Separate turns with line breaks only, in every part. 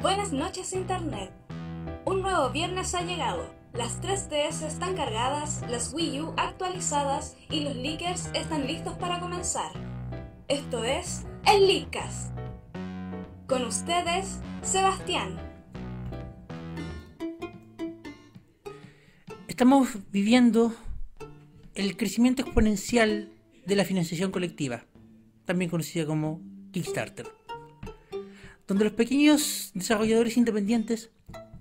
Buenas noches Internet. Un nuevo viernes ha llegado. Las 3DS están cargadas, las Wii U actualizadas y los leakers están listos para comenzar. Esto es el Leakcast. Con ustedes, Sebastián.
Estamos viviendo el crecimiento exponencial de la financiación colectiva, también conocida como Kickstarter, donde los pequeños desarrolladores independientes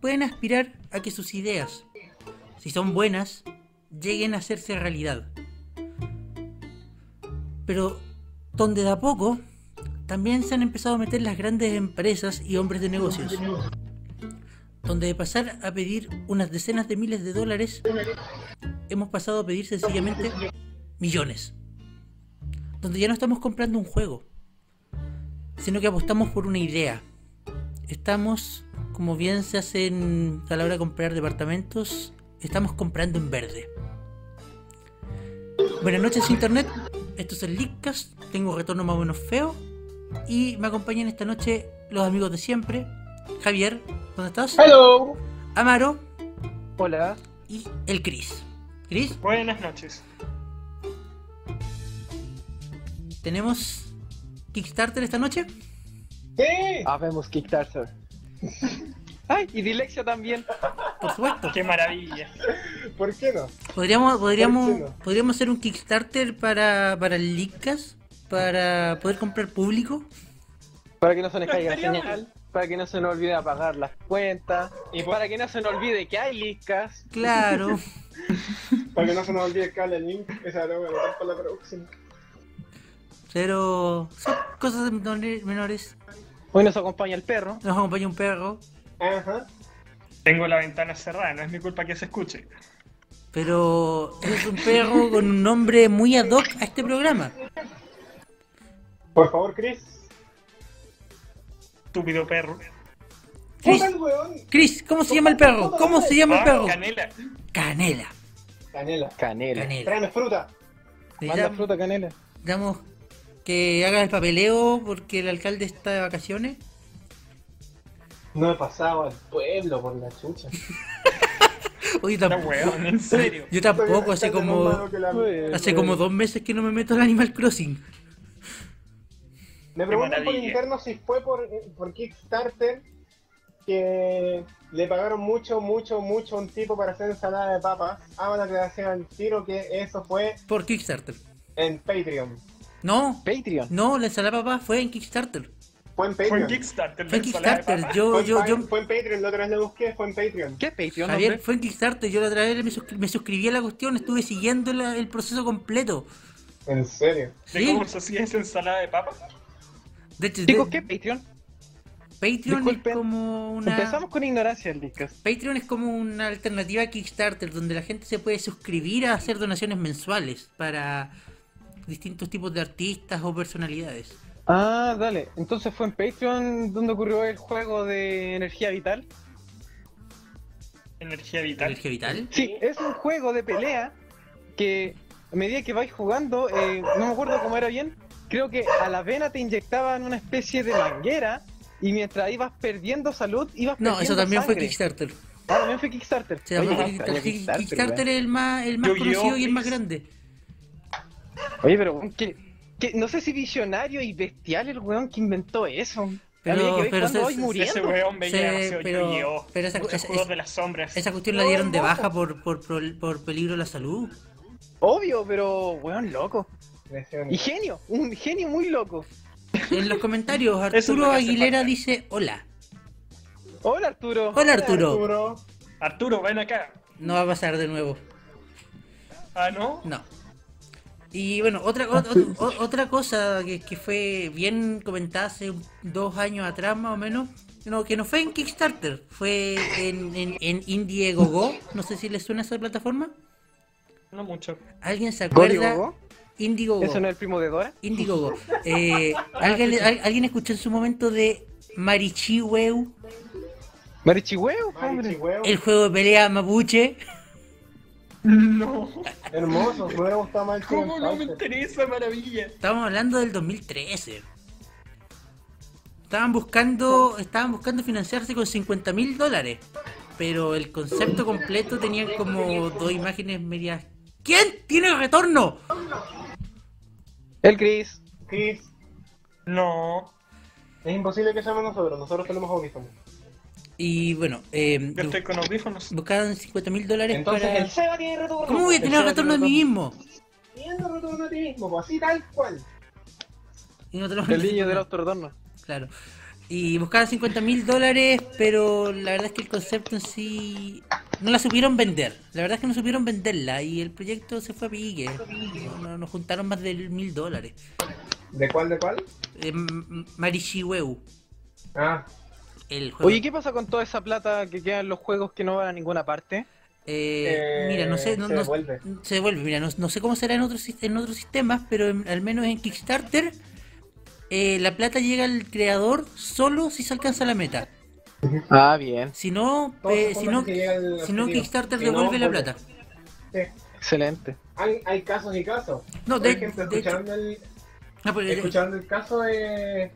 pueden aspirar a que sus ideas, si son buenas, lleguen a hacerse realidad. Pero donde de a poco también se han empezado a meter las grandes empresas y hombres de negocios, donde de pasar a pedir unas decenas de miles de dólares, hemos pasado a pedir sencillamente millones, donde ya no estamos comprando un juego, sino que apostamos por una idea. Estamos, como bien se hace en- a la hora de comprar departamentos, estamos comprando en verde. Buenas noches Internet, esto es el Leakcast, tengo un retorno más o menos feo y me acompañan esta noche los amigos de siempre, Javier, ¿dónde estás?
Hello.
Amaro
Hola.
y el Chris. Chris,
Buenas noches.
¿tenemos Kickstarter esta noche?
¡Sí!
Habemos Ah, Kickstarter.
¡Ay! Y Dilexia también.
Por supuesto.
Qué maravilla.
¿Por qué no?
Podríamos,
¿Por qué
podríamos,
no?
podríamos hacer un Kickstarter para, para el Leakcast, para poder comprar público.
Para que no se nos caiga la
Estaría
señal, para que no se nos olvide apagar las cuentas, y para que no se nos olvide que hay liscas.
Claro.
Para que no se nos olvide acá el link. Esa era buena para la producción.
Pero son cosas menore- menores.
Hoy nos acompaña el perro.
Nos acompaña un perro.
Ajá.
Tengo la ventana cerrada, no es mi culpa que se escuche.
Pero es un perro con un nombre muy ad hoc a este programa.
Por favor, Chris.
Estúpido perro.
Chris,
el weón!
Chris, ¿cómo se llama el perro? ¿Cómo se llama el
Ah,
perro?
Canela.
Canela.
Canela.
Canela.
Canela.
Tráeme fruta.
Le
Manda
dam-
fruta, canela.
damos que haga el papeleo porque el alcalde está de vacaciones.
No he pasado al pueblo por la chucha.
Oye,
No,
tampoco.
weón, en serio.
Yo tampoco, hace como
Uy,
hace como dos meses que no me meto al Animal Crossing.
Me preguntan por
maravilla.
interno si fue por, eh, por Kickstarter que le pagaron mucho, mucho, mucho a un tipo para hacer ensalada de papas. Hago la creación al tiro que eso fue
Por Kickstarter.
en Patreon.
No,
Patreon.
no, la ensalada de papá fue en Kickstarter.
Fue en
Fue
Patreon.
en Kickstarter.
Fue en
la ensalada de
Kickstarter.
papa.
Yo,
Fue en
yo,
pa-
yo.
fue en Patreon, la otra vez la busqué, fue en Patreon.
¿Qué es Patreon,
Javier,
hombre?
fue en Kickstarter. Yo la otra vez me, suscri- me suscribí a la cuestión, estuve siguiendo la- el proceso completo.
En serio.
¿De
Sí,
cómo se hacía esa ensalada de papa?
de hecho,
Chicos,
de-
¿qué es Patreon?
Patreon es
disculpen.
como una.
Empezamos con ignorancia, Liscas.
Patreon es como una alternativa a Kickstarter donde la gente se puede suscribir a hacer donaciones mensuales para distintos tipos de artistas o personalidades.
Ah, dale. Entonces fue en Patreon donde ocurrió el juego de energía vital.
Energía vital.
¿Energía vital?
Sí, es un juego de pelea que a medida que vais jugando, eh, no me acuerdo cómo era bien, creo que a la vena te inyectaban una especie de manguera y mientras ibas perdiendo salud, ibas
No, eso
perdiendo
también fue
sangre.
Kickstarter.
Ah, también fue Kickstarter.
Se llama
Oye,
Kick-
no, extraño
Kick- Kickstarter
weón.
es el más, el más
Yu-Gi-Oh!
conocido y el más
Please.
grande.
Oye, pero weón, que, que no sé si visionario y bestial el weón que inventó eso.
Pero-
a medida que vais
pero
jugando,
se- se-
vais
Ese
muriendo.
weón veía
Sí,
demasiado
pero-
Yu-Gi-Oh!
pero esa-
Muchos
esa-
juegos
esa-
de las sombras.
Esa cuestión la dieron de baja por, por, por, por peligro a la salud.
Obvio, pero weón loco.
Creación.
Y genio, un genio muy loco.
En los comentarios,
es lo
Arturo
que hace
Aguilera
falta.
dice hola.
Hola Arturo.
Hola Arturo.
Arturo.
Arturo, ven acá.
No va a pasar de nuevo.
Ah, ¿no?
No. Y bueno, otra, o- o- o- otra cosa que, que fue bien comentada hace un- dos años atrás más o menos, no, que no fue en Kickstarter, fue en, en, en Indiegogo, no sé si les suena esa plataforma.
No mucho.
¿Alguien se acuerda?
¿Código?
Indiegogo.
¿Eso no es el primo de Dora?
Indiegogo. Eh, ¿alguien, al- ¿Alguien escuchó en su momento de Marichiweu,
Marichihueo, hombre.
Marichihuevo.
el juego de pelea mapuche?
No.
Hermoso, me hubiera gustado más el
¿Cómo no me
Kickstarter.
interesa, maravilla?
Estamos hablando del 2013. Estaban buscando, estaban buscando financiarse con 50 mil dólares, pero el concepto completo tenía como dos imágenes medias. ¿Quién tiene retorno?
El Chris.
Chris,
No.
es imposible que seamos nosotros, nosotros tenemos audífonos.
Y bueno, eh,
Yo estoy con audífonos.
buscaban 50 mil dólares
Entonces
para...
el Seba tiene retorno.
¿Cómo voy a tener
El Seba
retorno de
tiene
mí mismo?
Teniendo retorno a ti mismo, pues, así tal cual.
Y no te lo-
El niño del autorretorno.
Claro. Y buscaban 50 mil dólares, pero la verdad es que el concepto en sí no la supieron vender. La verdad es que no supieron venderla y el proyecto se fue a pique. No, no- no juntaron más de mil dólares.
¿De cuál, de cuál?
Eh, M- Marishiweu,
Ah,
el juego.
Oye, ¿qué pasa con toda esa plata que queda en los juegos que no van a ninguna parte?
Eh,
Eh,
mira, no sé, no,
se
no-
devuelve.
se devuelve, mira, no, no sé cómo será en otros sis- en otros sistemas, pero en- al menos en Kickstarter eh, la plata llega al creador solo si se alcanza la meta.
Ah, bien.
Si no,
Todos
eh,
se
si
forman
no,
que llega el
si no
objetivo.
Kickstarter
Si no, pues,
devuelve la
vuelve.
plata.
sí.
Excelente.
Hay, hay casos y casos.
No,
Por
de-
ejemplo,
de hecho-
escuchando, el,
Ah, pero-
escuchando el caso de,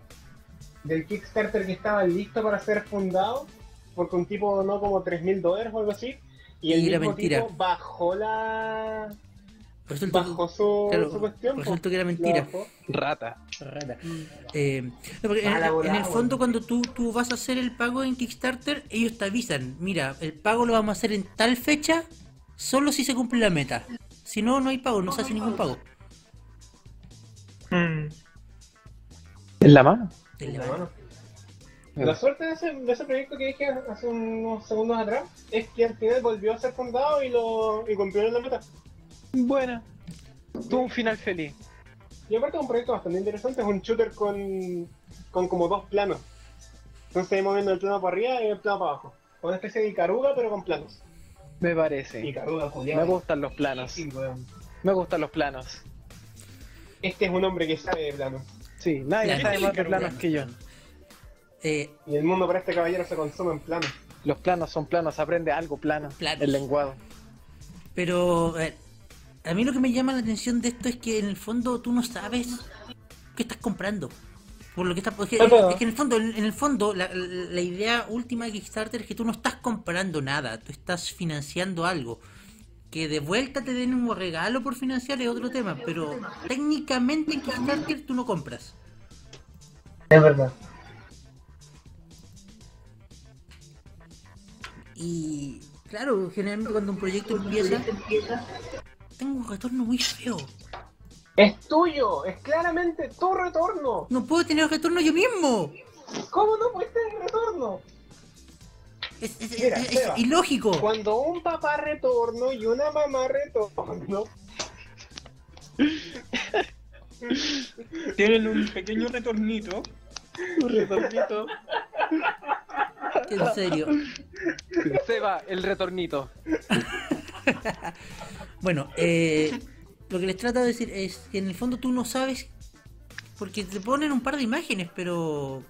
del Kickstarter que estaba listo para ser fundado, porque un tipo donó como 3 mil dólares o algo así, y el
Y era
mismo
mentira.
tipo bajó la...
resulta,
bajó su,
claro,
su cuestión. pues.
resulta que era
La
mentira.
bajó.
Rata.
Eh, no, porque en,
Mala
en
volada,
el
weón.
fondo cuando tú, tú vas a hacer el pago en Kickstarter, ellos te avisan, mira, el pago lo vamos a hacer en tal fecha, solo si se cumple la meta. Si no, no hay pago, no se hace ningún pago.
Mm.
En la mano.
Te la-
Bueno. La suerte de ese, de ese proyecto que dije hace unos segundos atrás es que al final volvió a ser fundado y lo y cumplieron la meta.
Buena. Tuvo un final feliz.
Y aparte es un proyecto bastante interesante, es un shooter con, con como dos planos. Entonces moviendo el plano para arriba y el plano para abajo. Con una especie de Icaruga pero con planos.
Me parece.
Icaruga,
Me
Julián.
gustan los planos.
Sí, weón.
Me gustan los planos.
Este es un hombre que sabe de planos.
Sí, nadie
Planos.
sabe más de planos que yo.
Eh,
Y el mundo para este caballero se consume en planos.
Los planos son planos, aprende algo plano.
Planos.
El lenguado.
Pero a, ver, a mí lo que me llama la atención de esto es que en el fondo tú no sabes qué estás comprando. Por lo que estás, es, que,
Claro.
es que en el fondo, en, en el fondo la, la idea última de Kickstarter es que tú no estás comprando nada, tú estás financiando algo. Que de vuelta te den un regalo por financiar es otro tema, pero técnicamente en Kickstarter tú no compras.
Es verdad.
Y claro, generalmente cuando un proyecto empieza, tengo un retorno muy feo.
Es tuyo, es claramente tu retorno.
No puedo tener retorno yo mismo.
¿Cómo no puedes tener retorno?
Es, es-
Mira,
es- es
Seba.
ilógico.
Cuando un papá retorno y una mamá retorno,
Tienen un pequeño retornito.
retornito.
En serio.
Seba, el retornito.
Bueno, eh, lo que les trato de decir es que en el fondo tú no sabes. Porque te ponen un par de imágenes, pero.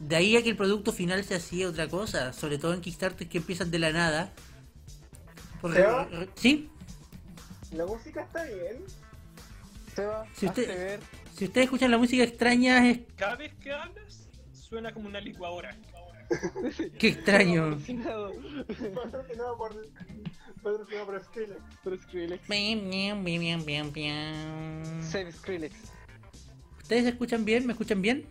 De ahí a que el producto final se hacía otra cosa. Sobre todo en Kickstarter que empiezan de la nada. Porque-
¿Seba?
¿Sí?
la música está bien.
Seba,
Si
hazte
usted-
ver.
Si ustedes escuchan la música extraña, es.
Cada vez que hablas, suena como una licuadora.
¡Qué extraño!
Patrocinado
Patrocinado por, patrocinado por Skrillex.
por Skrillex.
¿Ustedes
Save Skrillex.
escuchan bien? ¿Me escuchan bien?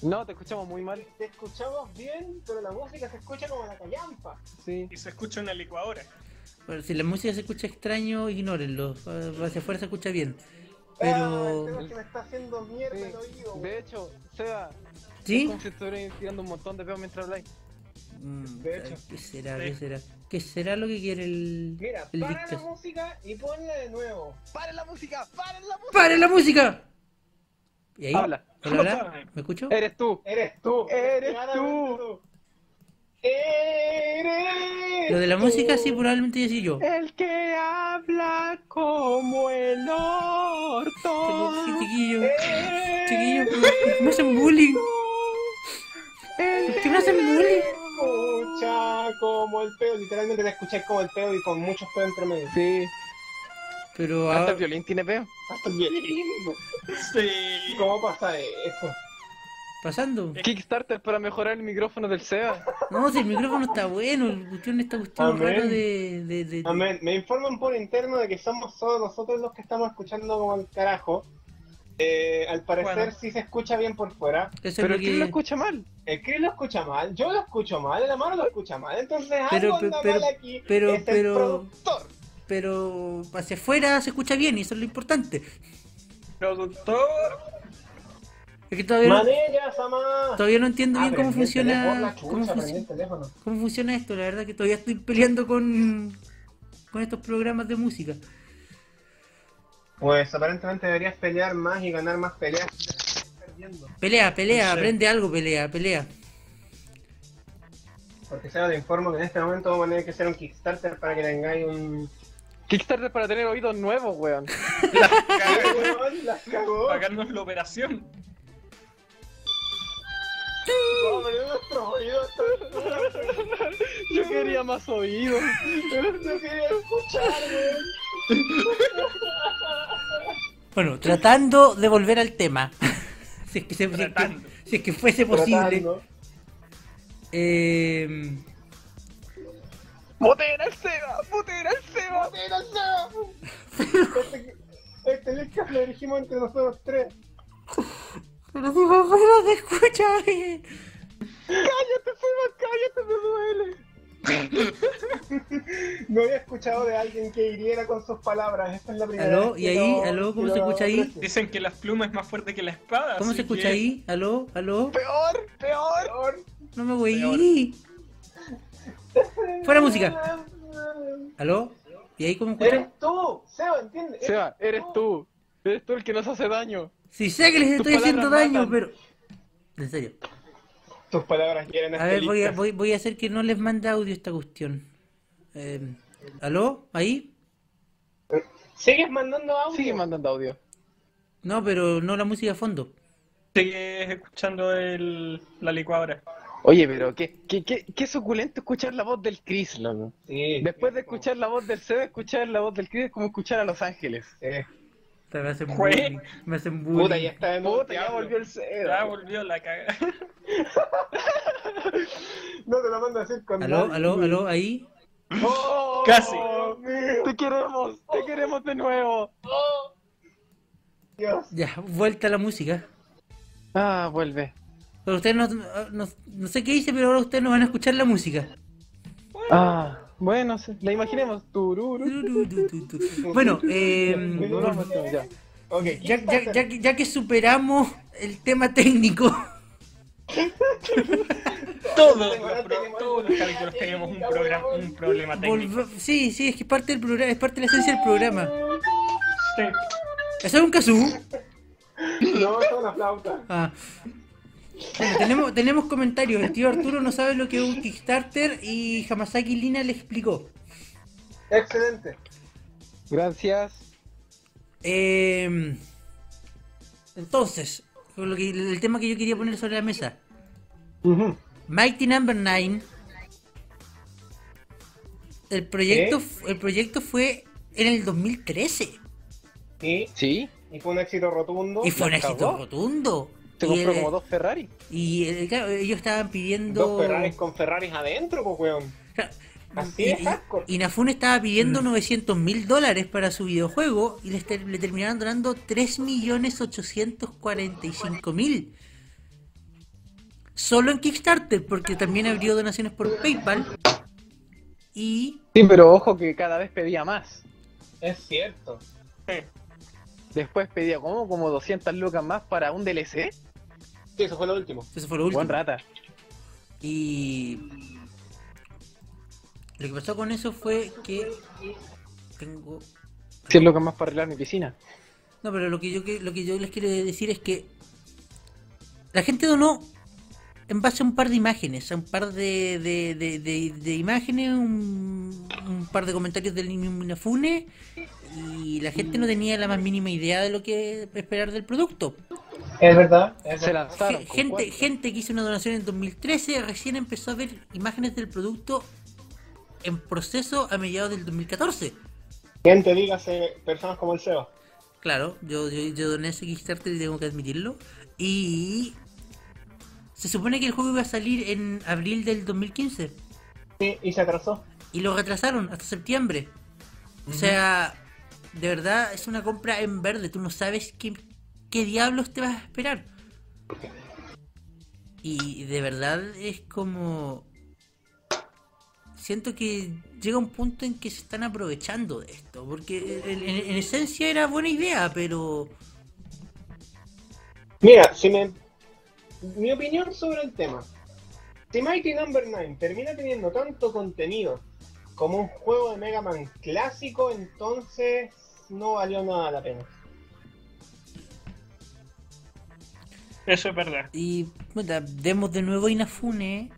No, te escuchamos muy mal.
Te escuchamos bien, pero la música se escucha como la callampa.
Sí.
Y se escucha una licuadora.
Bueno, si la música se escucha extraño, ignórenlo. Ah, Hacia afuera se escucha bien.
Ah, el tema
Pero.
es que me está haciendo mierda el oído. güey.
De hecho, Seba, es
¿Sí?
como si estuvieras tirando un montón de peos mientras habláis.
Mm,
De hecho.
¿Qué será?
Sí.
¿Qué será? ¿Qué será lo que quiere el.
Mira,
el
para la
Dictas?
música y ponla de nuevo.
¡Paren la música! ¡Paren la música!
¡Pare la música! ¿Y ahí?
Habla.
¿Hola, hola? ¿Me escucho?
Eh,
Eres tú.
Eres tú.
Eres
claramente
tú.
Eres
Lo de la música
tú.
sí, probablemente ya sí yo.
eh,
El que habla como el orto.
Sí, chiquillo.
eh, Eres
Chiquillo, ¿por qué me hacen bullying?
El
¿Por qué me hacen bullying?
Escucha como el pedo, literalmente te escuchas como el pedo y con muchos pedos entre medio.
Sí.
Pero
Hasta
ah,
el violín tiene peo.
Hasta el violín.
Sí.
¿Cómo pasa eso?
pasando.
Kickstarter para mejorar el micrófono del Seba.
No, si el micrófono está bueno, el cuestión está cuestión
Amén.
rara de, de, de-
Amén. Me informan por interno de que somos solo nosotros los que estamos escuchando como el carajo. Eh, al parecer
Bueno.
sí se escucha bien por fuera.
Eso es
Pero
lo
¿quién lo
que.
escucha mal?
El Chris lo escucha mal, yo lo escucho mal, el Amaro lo escucha mal. Entonces
Pero,
algo anda
pero,
mal aquí. Este
pero,
es
pero-
el productor.
Pero hacia afuera se escucha bien y eso es lo importante.
Productor.
Es que todavía no,
Maneja, Sama.
todavía no
Ah,
entiendo bien
Aprendí
cómo
el teléfono,
funciona.
la chucha,
Cómo, func-
aprendí el teléfono.
cómo funciona esto, la verdad que todavía estoy peleando con, con estos programas de música.
Pues aparentemente deberías pelear más y ganar más peleas. Estás perdiendo.
Pelea, pelea,
No sé.
aprende algo, pelea, pelea.
Porque Seba te informo que en este momento vamos a tener que hacer un Kickstarter para que tengáis un...
Kickstarter para tener oídos nuevos, weón.
¡La cagó!
Pagarnos la operación.
Sobre nuestro oído,
Yo quería más oídos.
no quería escuchar, weón.
Bueno, tratando de volver al tema. si, es que se- si es que-
Tratando.
si es que fuese posible.
Tratando.
Eh,
¡Voten al Seba! ¡Voten al Seba!
Mira, Seba. Este- Este podcast lo dirigimos entre nosotros tres.
pero digo, bueno, se escucha bien.
¡Cállate, Seba! ¡Cállate! ¡Me duele!
No había escuchado de alguien que hiriera con sus palabras. Esta es la primera
Aló,
vez
¿y
que
ahí?
lo-
Aló, ¿cómo
que
se
lo
escucha ahí?
aprecio.
Dicen que la pluma es más fuerte que la espada.
¿Cómo se
así
escucha
que-
ahí? ¿Aló? ¿Aló?
¡Peor! ¡Peor!
Peor.
No me voy. Fuera música. ¿Aló? ¿Y ahí cómo escucha?
Eres tú, Seba, ¿entiendes?
Seba, eres tú. Eres tú el que nos hace daño.
Sí, sé que les
Tus
estoy haciendo
palabras
daño,
matan.
pero. En serio.
Tus palabras este quieren
A ver, voy a, voy, voy a hacer que no les mande audio esta cuestión. Eh, ¿Aló? ¿Ahí?
¿Sigues mandando audio?
Sigue mandando audio.
No, pero no la música a fondo.
Sigues escuchando el, la licuadora.
Oye, pero qué, qué, qué, qué suculento escuchar la voz del Chris, loco.
Sí.
Después de escuchar la voz del Seba, escuchar la voz del Chris es como escuchar a Los Ángeles.
Eh,
Puta, Me hacen
Jue-
bullying. Me hacen bullying.
puta, ya está de nuevo.
Puta, ya
diablo.
volvió el
Ya
Seba.
volvió la cagada.
No te lo mando a decir con
¿Aló?
nadie.
¿Aló? ¿Aló? ¿Ahí?
¡Oh!
Casi.
Te queremos, te queremos de nuevo.
Dios.
Ya, vuelta a la música.
Ah, vuelve.
Pero ustedes no, no, no sé qué hice, pero ahora ustedes no van a escuchar la música.
Ah, bueno, sí, la imaginemos. Tururu.
Bueno, eh,
Tururu, ya.
Ok,
ya,
Kickstarter.
ya- ya que- ya que superamos el tema técnico,
Todos los, pro- todos los capítulos tenemos un, programa, un problema técnico.
volv- sí, sí, es que parte del programa, es parte de la esencia del programa.
Sí.
¿Eso es un kazoo?
No, es una flauta.
Ah. Bueno, tenemos, tenemos comentarios. El tío Arturo no sabe lo que es un Kickstarter y Hamasaki Lina le explicó.
Excelente.
Gracias.
Eh, entonces, lo que- el tema que yo quería poner sobre la mesa. Mighty Number 9. El proyecto,
¿Eh?
fu- el proyecto fue en el 2013
Sí,
¿Sí?
y fue un éxito rotundo.
y fue un
Oh, ¿La
éxito
cagó?
rotundo.
Te
y
compró
el-
como dos Ferrari.
y el- claro, ellos estaban pidiendo.
Dos Ferraris con Ferraris adentro, pues, weón.
Claro,
Así ah, Mm.
y,
es, hardcore.
y- y Inafune estaba pidiendo 900 mil dólares para su videojuego y les ter- le terminaron donando 3 millones 845 mil. Solo en Kickstarter, porque también abrió donaciones por PayPal. Y
Sí, pero ojo que cada vez pedía más.
Es cierto.
Después pedía como como 200 lucas más para un DLC.
Sí, eso fue lo último.
eso fue lo último.
Buen rata.
Y lo que pasó con eso fue que tengo
100 lucas más para arreglar mi piscina.
No, pero lo que yo que- lo que yo les quiero decir es que la gente donó en base a un par de imágenes, a un par de, de, de- de- de imágenes, un, un par de comentarios del niño Minafune y la gente no tenía la más mínima idea de lo que esperar del producto.
Es verdad. Es
Se
verdad.
lanzaron.
Ge-
pues, con
Eh, gente,
cuatro.
gente que hizo una donación en 2013 recién empezó a ver imágenes del producto en proceso a mediados del 2014.
Gente, dígase personas como el SEO.
Claro, yo, yo, yo doné ese Kickstarter y tengo que admitirlo. Y se supone que el juego iba a salir en abril del 2015
Sí, y se atrasó.
y lo retrasaron hasta septiembre. O sea, de verdad es una compra en verde. Tú no sabes qué, qué diablos te vas a esperar. Y de verdad es como... Siento que llega un punto en que se están aprovechando de esto. Porque en, en- en esencia era buena idea, pero...
Mira, si me... mi opinión sobre el tema. Si Mighty Number 9 termina teniendo tanto contenido como un juego de Mega Man clásico, entonces no valió nada la pena.
Eso es verdad.
Y puta, vemos de nuevo Inafune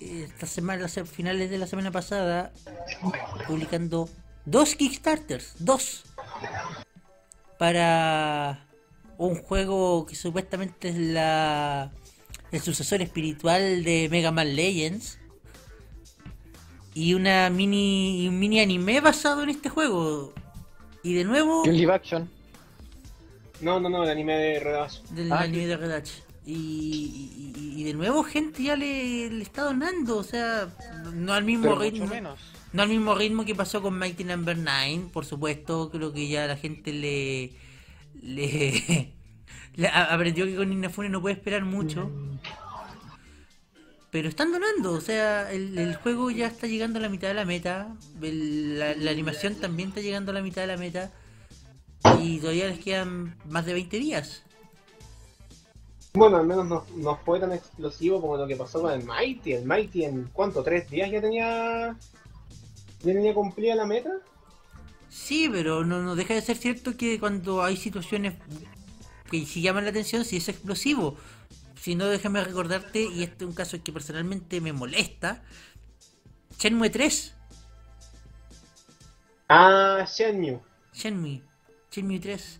eh, esta semana, las finales de la semana pasada, publicando dos Kickstarters, dos para un juego que supuestamente es la el sucesor espiritual de Mega Man Legends y una mini y un mini anime basado en este juego y de nuevo
Y un live action.
No, no, no, el anime de Redazo.
del
Ah,
anime de Red Hatch. Y, y- y- y de nuevo gente ya le, le está donando, o sea, no al mismo
Pero
ritmo.
mucho menos.
No al mismo ritmo que pasó con Mighty Number 9, por supuesto, creo que ya la gente le le, le a- aprendió que con Inafune no puede esperar mucho. Pero están donando, o sea, el, el juego ya está llegando a la mitad de la meta, el- la, la animación también está llegando a la mitad de la meta y todavía les quedan más de 20 días.
Bueno, al menos no, no fue tan explosivo como lo que pasó con el Mighty. El Mighty en cuánto, tres días ya tenía. Ya tenía cumplida la meta.
Sí, pero no, no deja de ser cierto que cuando hay situaciones que sí llaman la atención, si es explosivo. Si no, déjame recordarte, y este es un caso que personalmente me molesta, Shenmue 3,
Ah, Shenmue.
Shenmue, Shenmue 3.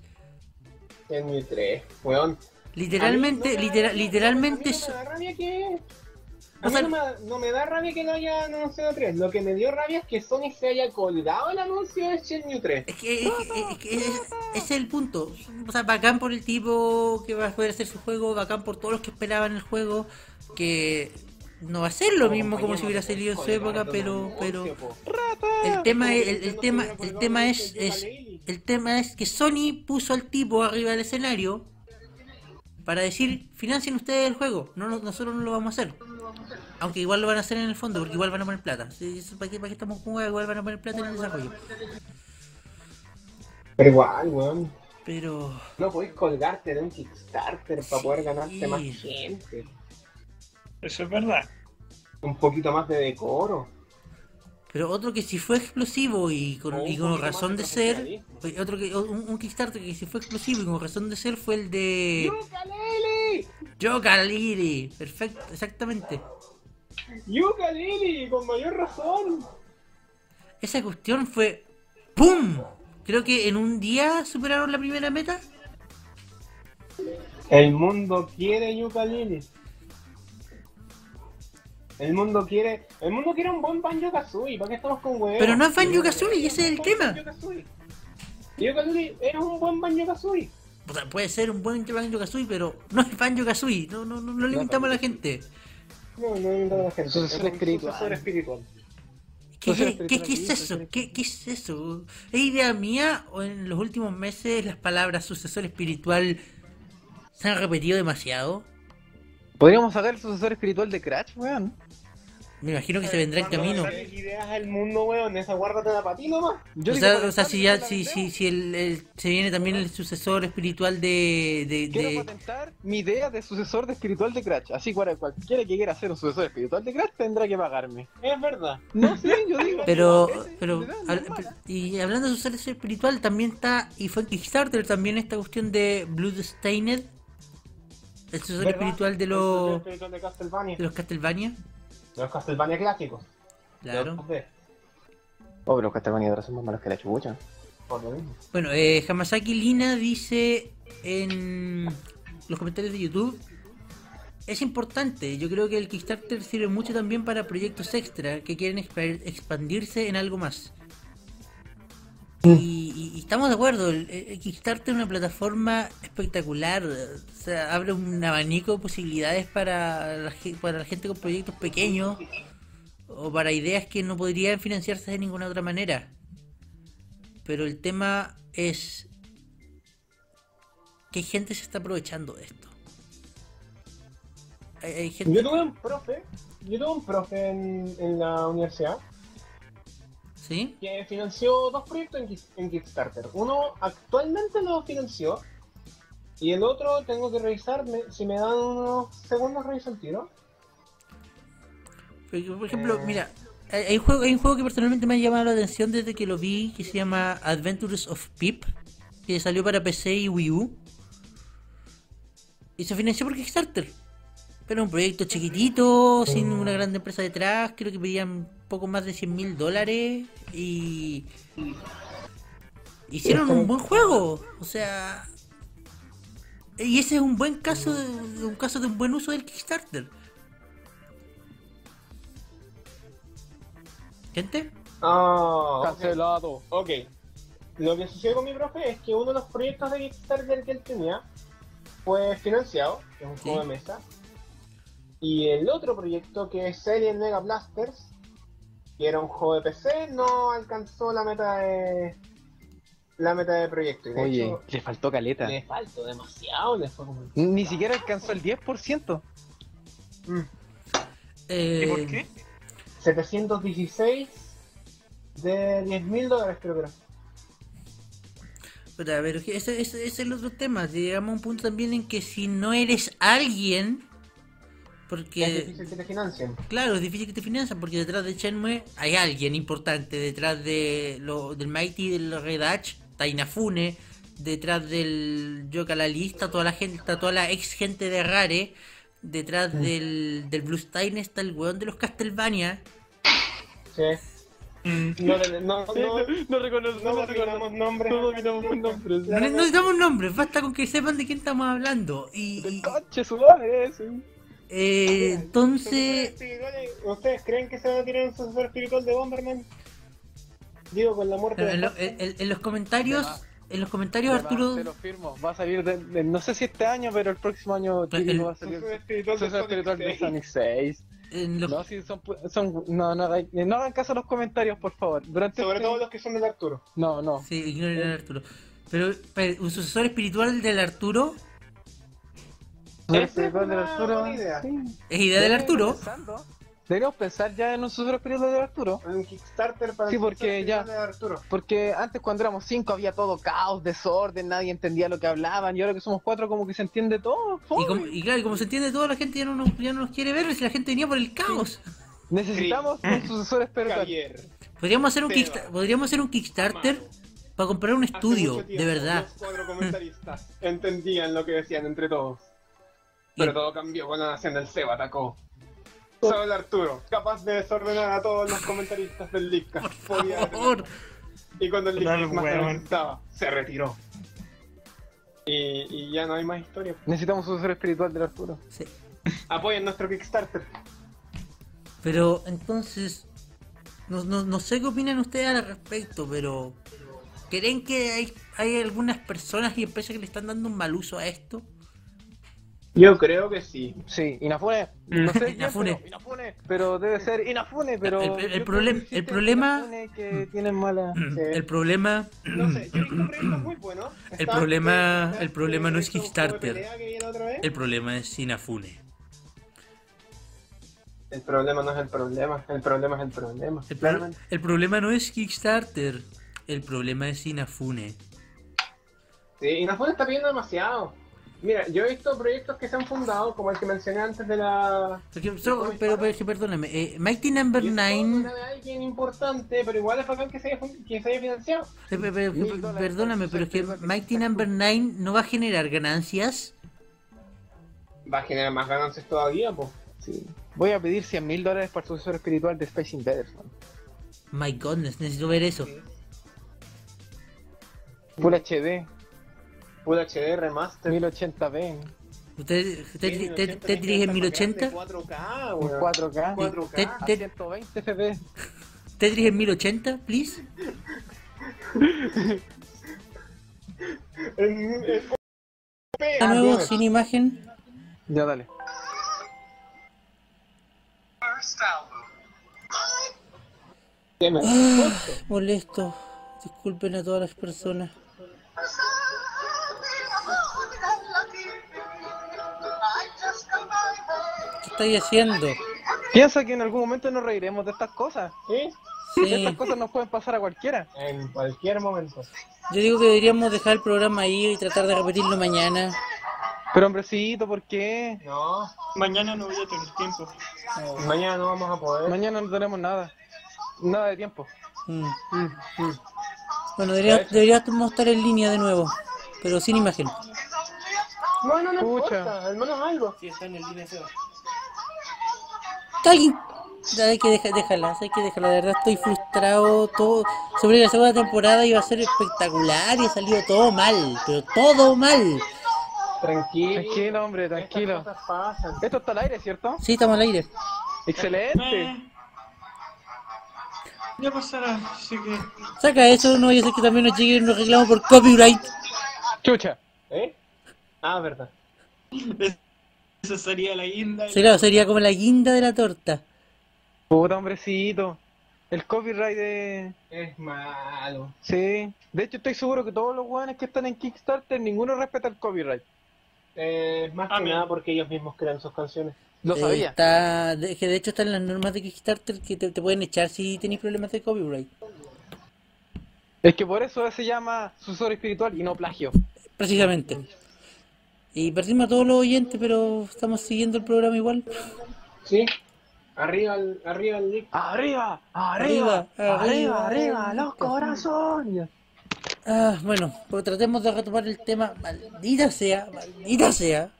Shenmue 3, weón.
Literalmente, litera- literalmente...
A mí
so-
no me da rabia que.
O
A mí
sea-
no, me, no me da rabia que no haya anunciado 3. Lo que me dio rabia es que Sony se haya colgado el anuncio de Shenmue 3.
Es que, es, que- es que es- es el punto. O sea, bacán por el tipo que va a poder hacer su juego, bacán por todos los que esperaban el juego, que no va a ser lo mismo como si hubiera salido en su época, pero... pero...
Ah,
El tema es, el, el tema, el tema es, es- el tema es que Sony puso al tipo arriba del escenario para decir, financien ustedes el juego, no, no- nosotros no lo vamos a hacer. Aunque igual lo van a hacer en el fondo, porque igual van a poner plata. Sí, eso, ¿Para qué, para qué estamos con hueá? Igual van a poner plata en el desarrollo.
Pero igual, weón.
Pero...
No podés colgarte de un Kickstarter para
Sí.
poder ganarte más gente.
Eso es verdad.
Un poquito más de decoro.
Pero otro que si fue explosivo y con,
O Oh, un
y con
poquito
razón
más
de
de
ser,
profesionalismo.
oye, otro que, un, un Kickstarter que si fue explosivo y con razón de ser fue el de
¡Yucalele!
Yokaliri. Perfecto, exactamente.
¡Yucalele! Con mayor razón.
Esa cuestión fue ¡Pum! Creo que en un día superaron la primera meta.
El mundo quiere Yucalili. El mundo quiere. El mundo quiere un buen Banjo Kazooie. ¿Para qué estamos con huevos?
Pero no es Banjo Kazooie, y ese es el tema.
Yucalili era un buen Banjo Kazooie.
O sea, puede ser un buen Banjo Kazooie, pero no es Banjo Kazooie. No, no, no, no le inventamos a la gente.
No, no he inventado a la gente.
Sucesor
Es un
espiritual.
sucesor espiritual.
¿Qué,
Entonces,
qué- qué- qué es eso? ¿Qué, qué es eso? ¿Es idea mía o en los últimos meses las palabras sucesor espiritual se han repetido demasiado?
Podríamos sacar el sucesor espiritual de Crash, weón.
Me imagino que se vendrá el camino.
Sacas ideas al mundo, weón. Esa guárdatela para ti nomás.
Yo
O
digo,
sea,
para
o sea,
el
si
cambio
ya
la
si,
vendemos.
si, si el, el- se viene también el sucesor espiritual de, de-
Quiero
de,
patentar mi idea de sucesor de espiritual de Crash. Así cual- cualquiera que quiera ser un sucesor espiritual de Crash tendrá que pagarme.
Es verdad.
No sé, yo digo.
Pero, eh,
Ese,
pero,
de verdad,
habla-
no es mala.
y hablando de suceso espiritual, también está, y fue en Kickstarter también esta cuestión de Bloodstained, el sucesor
¿Verdad?
espiritual de
El sucesor
los,
espiritual de Castlevania.
de los Castlevania,
Los Castlevania clásicos.
claro.
Los de-
Oh, pero los Castlevania de ahora son más malos que la chubucha.
Por lo mismo.
Bueno, eh, Hamasaki Lina dice en los comentarios de YouTube, es importante, yo creo que el Kickstarter sirve mucho también para proyectos extra que quieren expa- expandirse en algo más. Y, y- y estamos de acuerdo, el, el Kickstarter es una plataforma espectacular, o sea, abre un abanico de posibilidades para la, ge- para la gente con proyectos pequeños o para ideas que no podrían financiarse de ninguna otra manera. Pero el tema es que gente se está aprovechando de esto. Hay, hay gente...
Yo tuve un profe, yo tuve un profe en, en la universidad
¿Sí?
que financió dos proyectos en, Kick- en Kickstarter. Uno actualmente lo financió y el otro tengo que revisar, me- si me dan unos segundos reviso el tiro.
Porque, por ejemplo,
Eh.
mira, hay hay un, juego, hay un juego que personalmente me ha llamado la atención desde que lo vi, que se llama Adventures of Pip, que salió para PC y Wii U. Y se financió por Kickstarter. Pero un proyecto chiquitito, sin una gran empresa detrás, creo que pedían poco más de 100 mil dólares y... Hicieron un buen juego, o sea... Y ese es un buen caso, de- de un caso de un buen uso del Kickstarter. ¿Gente?
Ah, ok.
Cancelado.
Ok. Lo que sucedió con mi profe es que uno de los proyectos de Kickstarter que él tenía fue financiado, que es un
Sí.
juego de mesa. Y el otro proyecto, que es Serie Mega Blasters, que era un juego de PC, no alcanzó la meta de la meta de proyecto. Y de
Oye,
hecho,
le faltó caleta.
le faltó demasiado, le fue como...
Ni siquiera alcanzó el 10%.
Mm.
Eh,
¿Y por qué?
716 de 10 mil dólares, creo que era.
puta, a ver, ese, ese- ese es el otro tema. Llegamos a un punto también en que si no eres alguien,
Es
porque
difícil que te financien.
claro, es difícil que te financien, porque detrás de Shenmue hay alguien importante, detrás de lo, del Mighty, del Red Hatch, Tainafune, detrás del Yoka la lista, toda la gente, está toda la ex gente de Rare, detrás del, del Bluestein está el weón de los Castlevania.
Sí.
Mm.
No, no, no,
reconozco,
no dominamos nombres. Pues,
nombres.
No, ne- no necesitamos nombres, basta con que sepan de quién estamos hablando. Y, y-
Conche, su madre, eso.
eh, entonces,
¿Ustedes creen que se va a tirar un sucesor espiritual de Bomberman? Digo, con la muerte de
en, lo-
Fox.
en- en- en los comentarios,
Te va.
en los comentarios
Te
Arturo,
lo firmo. Va a salir, de- de- no sé si este año, pero el próximo año
Pero
típico
el-
va a salir.
Sucesor espiritual de
Sucesor espiritual de
Sonic
Sonic 6.
en los-
No, si son, pu- son no, no, hagan- no hagan caso a los comentarios, por favor. Durante
Sobre
este-
todo los que son del Arturo.
No, no.
sí, ignoren al Arturo. Pero, pero, un sucesor espiritual del Arturo
Sucesor
Esa es
espiritual de
una
Arturo,
buena idea.
sí.
es idea del Arturo.
Pensando, Deberíamos pensar ya en un sucesor espiritual de Arturo.
Un Kickstarter para
Sí,
el
porque
sucesor espiritual
ya-
de Arturo.
Porque antes cuando éramos cinco había todo caos, desorden, nadie entendía lo que hablaban. Y ahora que somos cuatro como que se entiende todo.
Y,
fome.
como- y claro, y como se entiende, toda la gente ya no nos, ya no nos quiere ver si la gente venía por el caos.
Necesitamos un sucesor espiritual.
Javier. Hace
Podríamos hacer un,
Seba.
kicksta- podríamos hacer un Kickstarter
Amado.
para comprar un estudio,
mucho tiempo,
de verdad.
Los cuatro comentaristas entendían lo que decían entre todos.
Y- Oh.
Pero todo cambió cuando la nación del Seba atacó. Solo el Arturo, capaz de desordenar a todos los comentaristas del Lipka.
Por favor.
Y cuando el
Total,
Lickers más
weón.
lo necesitaba, se retiró. Y, y ya no hay más historia.
Necesitamos un sucesor espiritual de Arturo.
Sí.
Apoyen nuestro Kickstarter.
Pero entonces, no, no, no sé qué opinan ustedes al respecto, pero ¿creen que hay, hay algunas personas y empresas que le están dando un mal uso a esto?
Yo creo que sí.
Sí, Inafune. No sé,
Mm. Inafune.
Inafune. Pero, Inafune, pero debe ser Inafune, pero.
El- el- el
yo creo
problem-
que existe
el problema- Mm.
Inafune que tienen mala.
El problema,
No sé, yo he visto proyectos muy buenos.
El problema- el problema no es
este juego de
Kickstarter.
pelea que viene otra vez.
el problema es Sinafune.
El problema no es el problema, el problema es el problema.
El, pro-
Claramente.
el problema no es Kickstarter, el problema es Sinafune.
Sí, y Inafune está pidiendo demasiado. Mira, yo he visto proyectos que se han fundado, como el que mencioné antes de la...
Porque- so- pero, pero es que perdóname, eh, Mighty Number
y es una
9,
de alguien importante, pero igual es bacán que se haya, fun- que se haya financiado.
eh,
Mil dólares
perdóname,
por
pero es que
sucesor,
Mighty Number 9 no va a generar ganancias.
Va a generar más ganancias todavía, pues.
Sí. Voy a pedir 100 mil dólares para el sucesor espiritual de Space Invaders. man.
My goodness, necesito ver eso.
Full HD,
Full HD Remaster.
1080p,
¿Usted, usted, usted- usted dirige
dirige
en 1080?
4K,
en
weón.
4K,
4K.
Te-
a 120 FPS.
¿Tetris en 1080, please?
En- en-
De nuevo,
Dios.
sin imagen.
Ya, dale.
Tema.
Molesto. Disculpen a todas las personas. ¿Qué estáis haciendo?
Piensa que en algún momento nos reiremos de estas cosas.
¿Sí?
Sí.
Estas cosas nos pueden pasar a cualquiera.
En cualquier momento.
Yo digo que deberíamos dejar el programa ahí y tratar de repetirlo mañana.
Pero hombrecito, ¿por qué?
No,
Mañana no voy a tener tiempo.
mañana no vamos a poder.
Mañana no tenemos nada. Nada de tiempo.
Mm. Bueno, debería- deberíamos estar en línea de nuevo, pero sin imagen.
No, no, no
Pucha.
importa, al menos algo.
Sí, está en el línea Seba.
¡Alguien! Ya, Hay que dejar, déjala, hay que dejarla. De verdad estoy frustrado. Todo sobre la segunda temporada iba a ser espectacular y ha salido todo mal, pero todo mal.
Tranquilo.
Tranquilo, hombre, tranquilo.
Estas cosas pasan.
Esto está al aire, ¿cierto?
Sí, estamos al aire.
Excelente.
Eh, Ya pasará, así que.
Saca eso, no vaya a ser que también nos lleguen los reclamos por copyright.
Chucha.
¿Eh? Ah, verdad.
Esa sería la guinda.
Sí, claro, sería como la guinda de la torta.
Puta, hombrecito. El copyright de...
Es malo.
Sí. De hecho, estoy seguro que todos los guanes que están en Kickstarter, ninguno respeta el copyright.
Eh, más que
Amén.
nada porque ellos mismos crean sus canciones.
Lo
Eh,
sabía.
Está, de, que de hecho están las normas de Kickstarter que te, te pueden echar si tenéis problemas de copyright.
Es que por eso se llama sucesor espiritual y no plagio.
Precisamente. Y perdimos a todos los oyentes, pero estamos siguiendo el programa igual.
¿Sí? Arriba el, arriba el link.
¡Arriba! ¡Arriba!
Arriba, arriba,
¡Arriba! ¡Arriba! ¡Los corazones!
Ah, bueno, pero tratemos de retomar el tema. Maldita sea, maldita sea.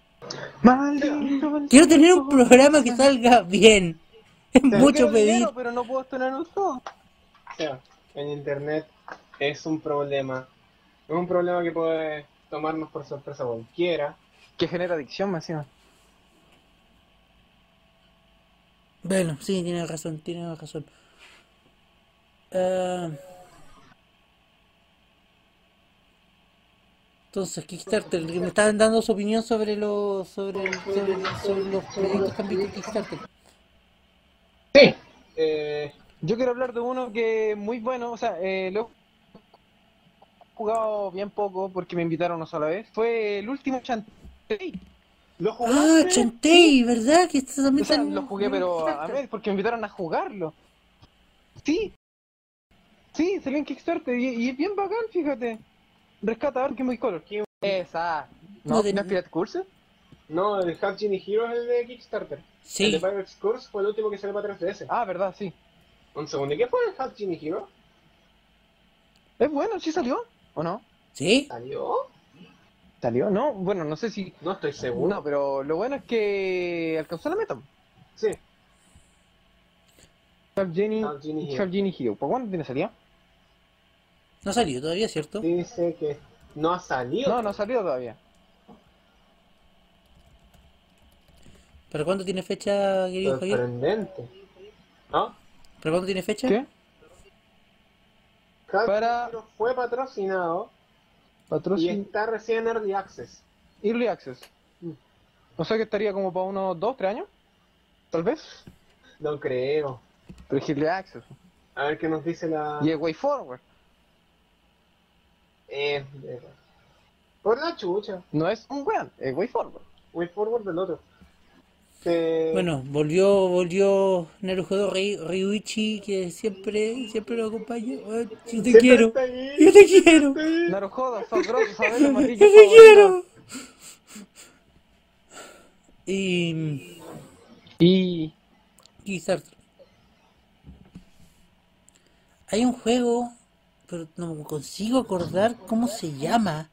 ¡Maldito! el-
Quiero tener un programa que salga bien. Es mucho
Quiero
pedir.
dinero, pero no puedo tenerlo todo.
O sea, en internet es un problema. Es un problema que puede tomarnos por sorpresa cualquiera.
Que genera adicción, más encima.
Bueno, sí, tiene razón, tiene razón. Ah. Entonces, Kickstarter, que me estaban dando su opinión sobre los sobre, el- sobre, sobre los proyectos que han visto en Kickstarter.
Sí. Eh,
Yo quiero hablar de uno que es muy bueno, o sea, eh, lo he jugado bien poco porque me invitaron una sola vez. Fue el último Chantey. ¿Lo
Ah,
jugaste?
Chantey, ¿verdad? Que esto también
O sea,
están-
lo jugué, pero a ver, porque me invitaron a jugarlo. Sí. Sí, salió en Kickstarter y, y es bien bacán, fíjate. Rescata Arkham muy Color. Esa. ¿No,
No
no,
de-
es Pirate Curse?
no, el Half Genie Hero es el de Kickstarter. El
Sí,
de Pirate's Curse fue el último que salió para 3DS.
Ah, verdad, sí.
Un segundo, ¿y qué fue el Half Genie Hero?
Es bueno, sí salió. ¿O no?
sí.
¿Salió?
¿Salió? No, bueno, no sé si...
No estoy seguro.
No, pero lo bueno es que alcanzó la meta.
Sí.
Half Genie,
Half Genie Hero.
Half Genie Hero. ¿Para cuándo tiene salida?
No salió todavía, ¿cierto?
Dice que no ha salido.
No, no salió todavía.
¿Para cuándo tiene fecha,
Ah,
querido Javier?
Sorprendente. ¿No?
¿Para cuándo tiene fecha?
¿Qué?
Half
Para-
Genie Hero fue patrocinado y
Patrocinio.
está recién en Early Access.
Early Access.
Mm.
O sea que estaría como para unos 2, 3 años. Tal vez.
No creo.
Pero es Early Access.
A ver qué nos dice la...
Y es Way Forward.
Eh, de- por la chucha.
No es un weón, es Way Forward.
Way forward del otro. Eh,
Bueno, volvió, volvió Narujodo Ry- Ryuichi, que siempre, siempre lo acompaña. Oh, yo te
siempre
quiero,
está ahí.
yo te quiero,
Narujodo, sos grosso, sabés lo
yo
más
te
rico y favorito.
quiero. Y
Y.
quizás hay un juego, pero no me consigo acordar cómo se llama.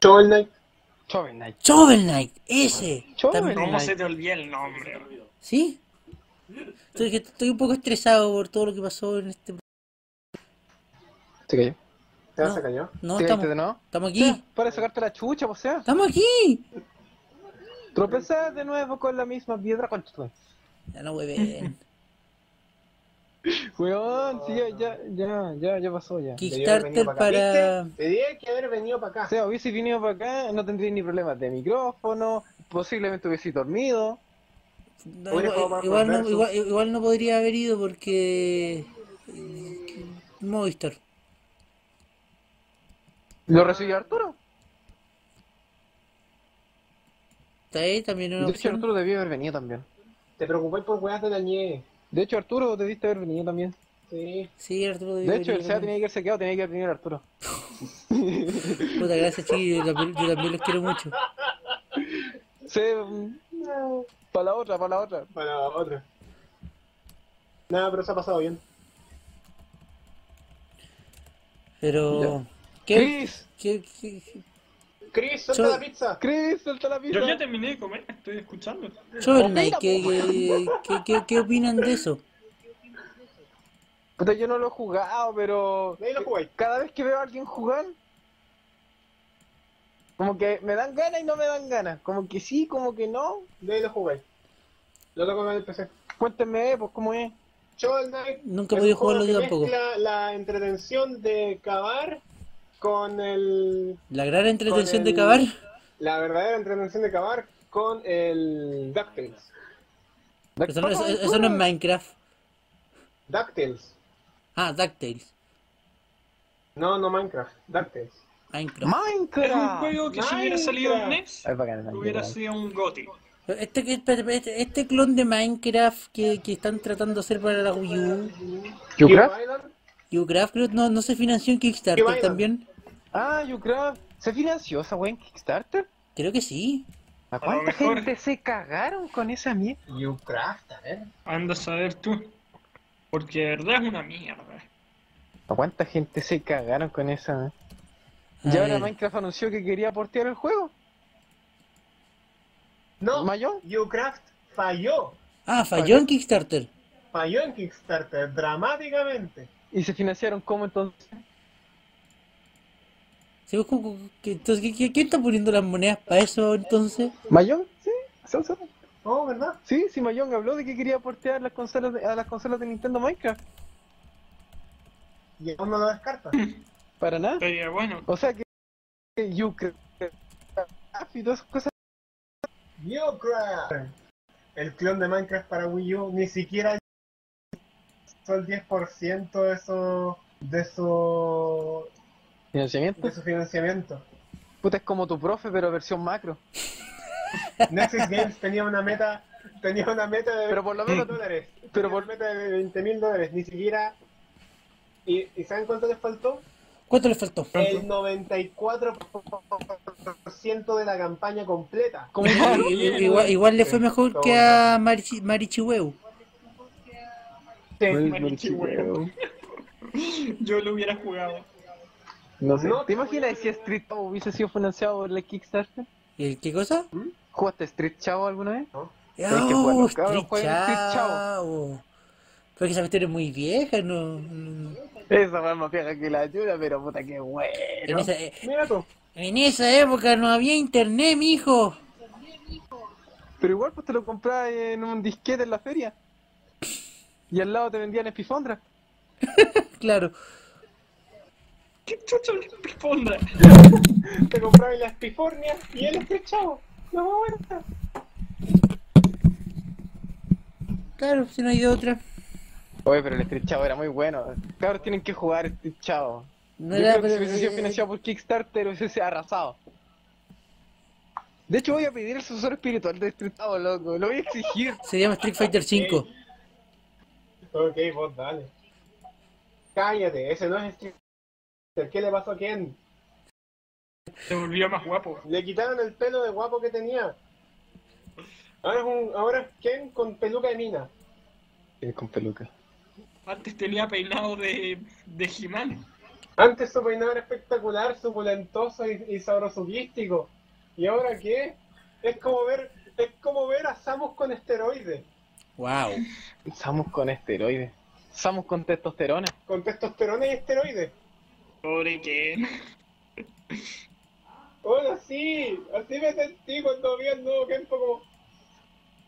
Shovel Knight.
Shovel Knight.
Shovel Knight, ese.
Shovel
También-
¿Cómo
Knight.
se te olvida el nombre?
¿Sí? Estoy, estoy un poco estresado por todo lo que pasó en este...
Se cayó.
¿Te vas
No.
a callar?
No,
¿Te
estamos,
caíste de nuevo?
estamos aquí.
Para sacarte la chucha, pues, o sea.
¡Estamos aquí!
Tropezás de nuevo con la misma piedra con tu.
Ya no hueven.
Weón, sí, ya, ya, ya, ya, ya pasó ya.
Kickstarter para.
Tenía que haber venido para
O
acá.
sea, hubiese venido para acá, no tendría ni problemas de micrófono, posiblemente hubiese dormido.
No,
Hubiera
Igual,
jugado Batman
igual no,
versus.
igual- igual no podría haber ido porque. eh, Movistar.
¿Lo recibió Arturo?
Está ahí también una
De hecho,
opción.
Arturo debió haber venido también.
Te preocupáis por weas de la nieve.
De hecho, Arturo debiste haber venido también.
Sí.
Sí, Arturo
De
debió
hecho,
haber
el
ido
SEA
también.
tenía que haberse quedado, tenía que haber venido Arturo.
Puta, gracias, chiquillos. Yo también, yo también los quiero mucho.
Se... Para la otra, para la otra.
Para otra. Nada, pero se ha pasado bien.
Pero. ¿Qué?
Chris,
¿Qué? qué- qué-
Chris, suelta
Yo-
la pizza.
Chris, salta la pizza.
Yo ya terminé de comer, estoy escuchando.
Fortnite, ¿qué, qué, qué, qué- qué opinan de eso?
Puta, yo no lo he jugado, pero
Ahí lo jugáis.
cada vez que veo a alguien jugar, como que me dan ganas y no me dan ganas. Como que sí, como que no.
De ahí lo jugáis. Lo toco con el PC.
Cuéntenme, pues, cómo es.
Shovel Knight.
Nunca
es
podía
un juego
jugarlo yo
que
tampoco.
mezcla la entretención de cavar con el.
La gran entretención
Con
de
el-
cavar.
La verdadera entretención de cavar con el. DuckTales.
Eso no, eso- eso no es Minecraft.
DuckTales.
Ah, DuckTales.
No, no Minecraft. DuckTales.
Minecraft.
Es un
Minecraft.
juego que si hubiera
Minecraft.
salido en NES,
Es bacán, es bacán.
hubiera sido un GOTY.
Este, que- espérate, espérate, este, clon de Minecraft que, que están tratando de hacer para la Wii U,
¿Yucraft?
Island.
Ucraft creo no, no se financió en Kickstarter
Cube Island.
también.
Ah, Yucraft. ¿Se financió esa wea en Kickstarter?
Creo que sí.
¿A
lo
cuánta
mejor.
gente se cagaron con esa mierda?
Ucraft, a ver.
Anda a saber tú. Porque de verdad es una mierda.
¿A cuánta gente se cagaron con esa?
A
¿Y ahora
ver.
Minecraft anunció que quería portear el juego?
No,
¿Mayo?
Ucraft falló.
Ah, falló en Kickstarter.
Falló en Kickstarter dramáticamente.
¿Y se financiaron cómo entonces?
Se ve como que- entonces, pues, ¿qué- qué- ¿Quién está poniendo las monedas para eso entonces?
¿Mayón? Sí, son- son-
Oh, ¿verdad?
Sí, sí, Mayón habló de que quería portear las consolas de- a las consolas de Nintendo Minecraft.
Y aún no lo descarta.
Para nada.
Pero bueno,
O sea que. que Yucraft y todas esas cosas.
Ucraft. El clon de Minecraft para Wii U ni siquiera hizo el 10% de su, de su
Financiamiento.
de su financiamiento.
Puta, es como tu profe, pero versión macro.
Nexus Games tenía una meta tenía una meta de
Pero por lo menos.
dólares.
Pero
Tenía
por-
una meta de 20 mil dólares, ni siquiera. ¿Y, ¿Y saben cuánto les faltó?
¿Cuánto le faltó?
El 94% de la campaña completa.
Como
I- i- Igual, igual le fue mejor que a Marichi- Marichihueu.
Sí.
manichi este huevo. Yo lo hubiera jugado.
No sé.
No,
¿Te imaginas si Street Chavo hubiese sido financiado por la Kickstarter?
¿El qué cosa?
¿Jugaste Street Chavo alguna vez? Tenéis
Ah,
que jugarlo,
Street
cabrón, jueguen Street Chavo.
Chavo. Pero es que esa cuestión es muy vieja, no. no-
Esa fue más vieja que la ayuda, pero puta que bueno.
En esa, eh,
Mira tú.
en esa época no había internet, mijo.
Pero igual pues te lo comprabas en un disquete en la feria. Y al lado te vendían espifondras.
Claro.
¿Qué chucha le responda?
Te compraba las pifornias y él es chavo. No me aguanta.
Claro, si no hay de otra.
Oye, pero el Street Chavo era muy bueno. Cabros tienen que jugar Street Chavo.
No
Yo
era,
creo que
pero-
si hubiese sido financiado por Kickstarter hubiese arrasado. De hecho voy a pedir el sucesor espiritual de Street Chavo, loco. Lo voy a exigir.
Se llama Street Fighter V.
Ok, vos dale. Cállate, ese no es Street Fighter. ¿Qué le pasó a quién?
Se volvió más guapo.
Le quitaron el pelo de guapo que tenía. Ahora es, un, ahora es Ken con peluca de mina.
con peluca.
Antes tenía peinado de, de He-Man.
Antes su peinado era espectacular, suculentoso y, y sabrosuquístico. ¿Y ahora qué? Es como ver, es como ver a Samus con esteroides,
Wow.
Samus con esteroides. Samus con testosterona.
con testosterona y esteroides.
Pobre Ken.
Hola, sí, así me sentí cuando vi al nuevo Ken fue como.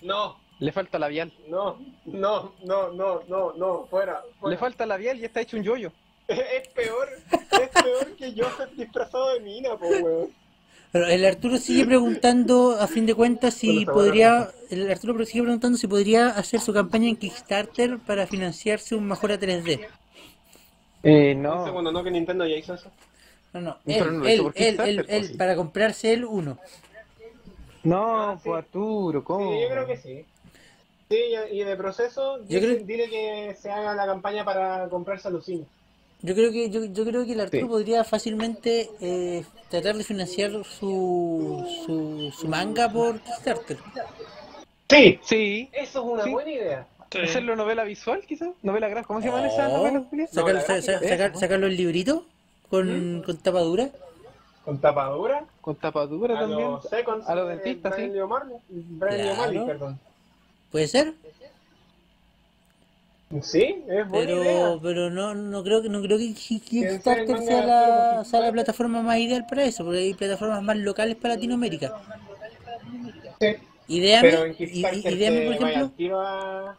No,
Le falta labial.
No, no, no, no, no, no, fuera.
Le
fuera.
falta labial y está hecho un yoyo.
Es peor, es peor que yo disfrazado de mina, po, weón.
Pero el Arturo sigue preguntando, a fin de cuentas, si
Bueno,
podría, el Arturo sigue preguntando si podría hacer su campaña en Kickstarter para financiarse un mejora 3D.
Eh,
Un
no.
segundo, no, que Nintendo ya hizo eso.
No, no,
Pero
él,
no lo
él,
hizo por
él, él,
Kickstarter,
él,
pues sí.
para comprarse él uno.
No,
Ah, sí.
pues Arturo,
Sí,
¿cómo?
yo creo que sí. Sí, y y de proceso,
Yo
dile,
creo-
dile que se haga la campaña para comprarse alucinas.
Yo creo que, yo, yo creo que el Arturo
Sí.
podría fácilmente eh, tratar de financiar su, su, su manga por Kickstarter.
Sí,
Sí.
eso es una
Sí.
buena idea.
¿Hacerlo novela visual, quizás? ¿Novela gráfica? ¿Cómo se llaman esas
Oh,
novelas? Julia?
sacar-
No, la
sa-
gráfica
sa-
es
sacar-
esa, ¿no?
sacarlo el librito con,
¿Mm?
con tapa dura.
Con tapadura,
Eh, Con tapadura
a
también.
los seconds, eh,
a los
de
dentistas, sí.
Brian Lee O'Malley- Brian Lee
Claro.
O'Malley, perdón.
¿Puede ser?
Sí, es buena idea.
Pero, pero no, no creo que no creo que Ki- Kickstarter
manga
sea
de
la,
Arturo
sea la plataforma más ideal para eso, porque hay plataformas más locales para Latinoamérica.
Sí. Pero
Ideame,
en
i- i-
Kickstarter
ideame,
se
por
vaya
ejemplo.
activo a-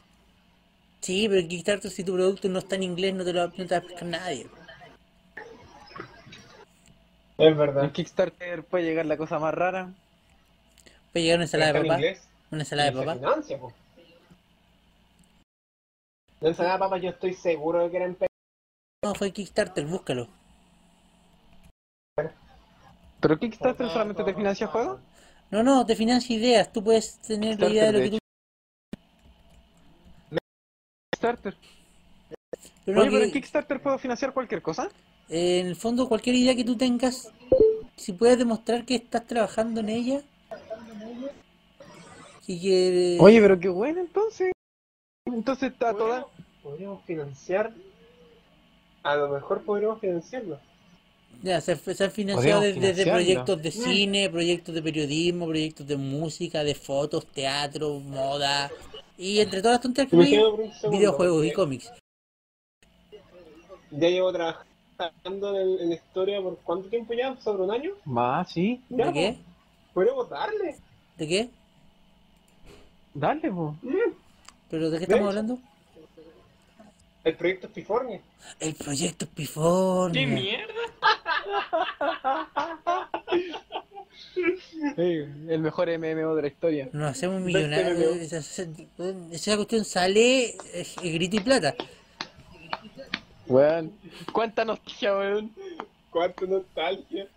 Sí, pero en Kickstarter si tu producto no está en inglés no te lo va, no te va a pescar nadie.
Es
En
verdad.
Kickstarter puede llegar la cosa más rara.
Puede llegar una ensalada
Está
de
en
papá,
inglés.
una ensalada de
Se
papá.
financia, po. La ensalada de papas yo estoy seguro de que era en Perú.
No, fue Kickstarter, búscalo.
¿Pero Kickstarter solamente te financia juegos?
No, no, te financia ideas, tú puedes tener la idea de lo que tú
Kickstarter.
pero no
Oye, pero en
que-
Kickstarter puedo financiar cualquier cosa.
eh, en el fondo cualquier idea que tú tengas, si puedes demostrar que estás trabajando en ella y que
Oye, pero qué bueno entonces. Entonces está toda.
Podríamos- Podríamos financiar. A lo mejor podríamos financiarlo.
Ya, se, han- se han financiado
Podríamos
desde, desde
financiarlo.
proyectos de cine, proyectos de periodismo, proyectos de música, de fotos, teatro, moda y entre todas las tonterías que
Me
hay,
quedo por un segundo,
videojuegos y
porque
cómics.
Ya llevo trabajando en, en la historia por cuánto tiempo ya, sobre un año.
Más, sí.
Ya,
¿De qué?
Podríamos darle.
¿De qué?
Dale, po.
Mm.
¿Pero de qué estamos
¿Ves?
hablando?
El proyecto Pifornia.
El proyecto Pifornia.
¿Qué mierda?
Ey, el mejor MMO de la historia.
Nos hacemos
Vete,
millonarios.
Leo.
Esa, esa- esa cuestión sale eh, grito y plata.
Weón. Cuánta nostalgia, weón.
Cuánto nostalgia.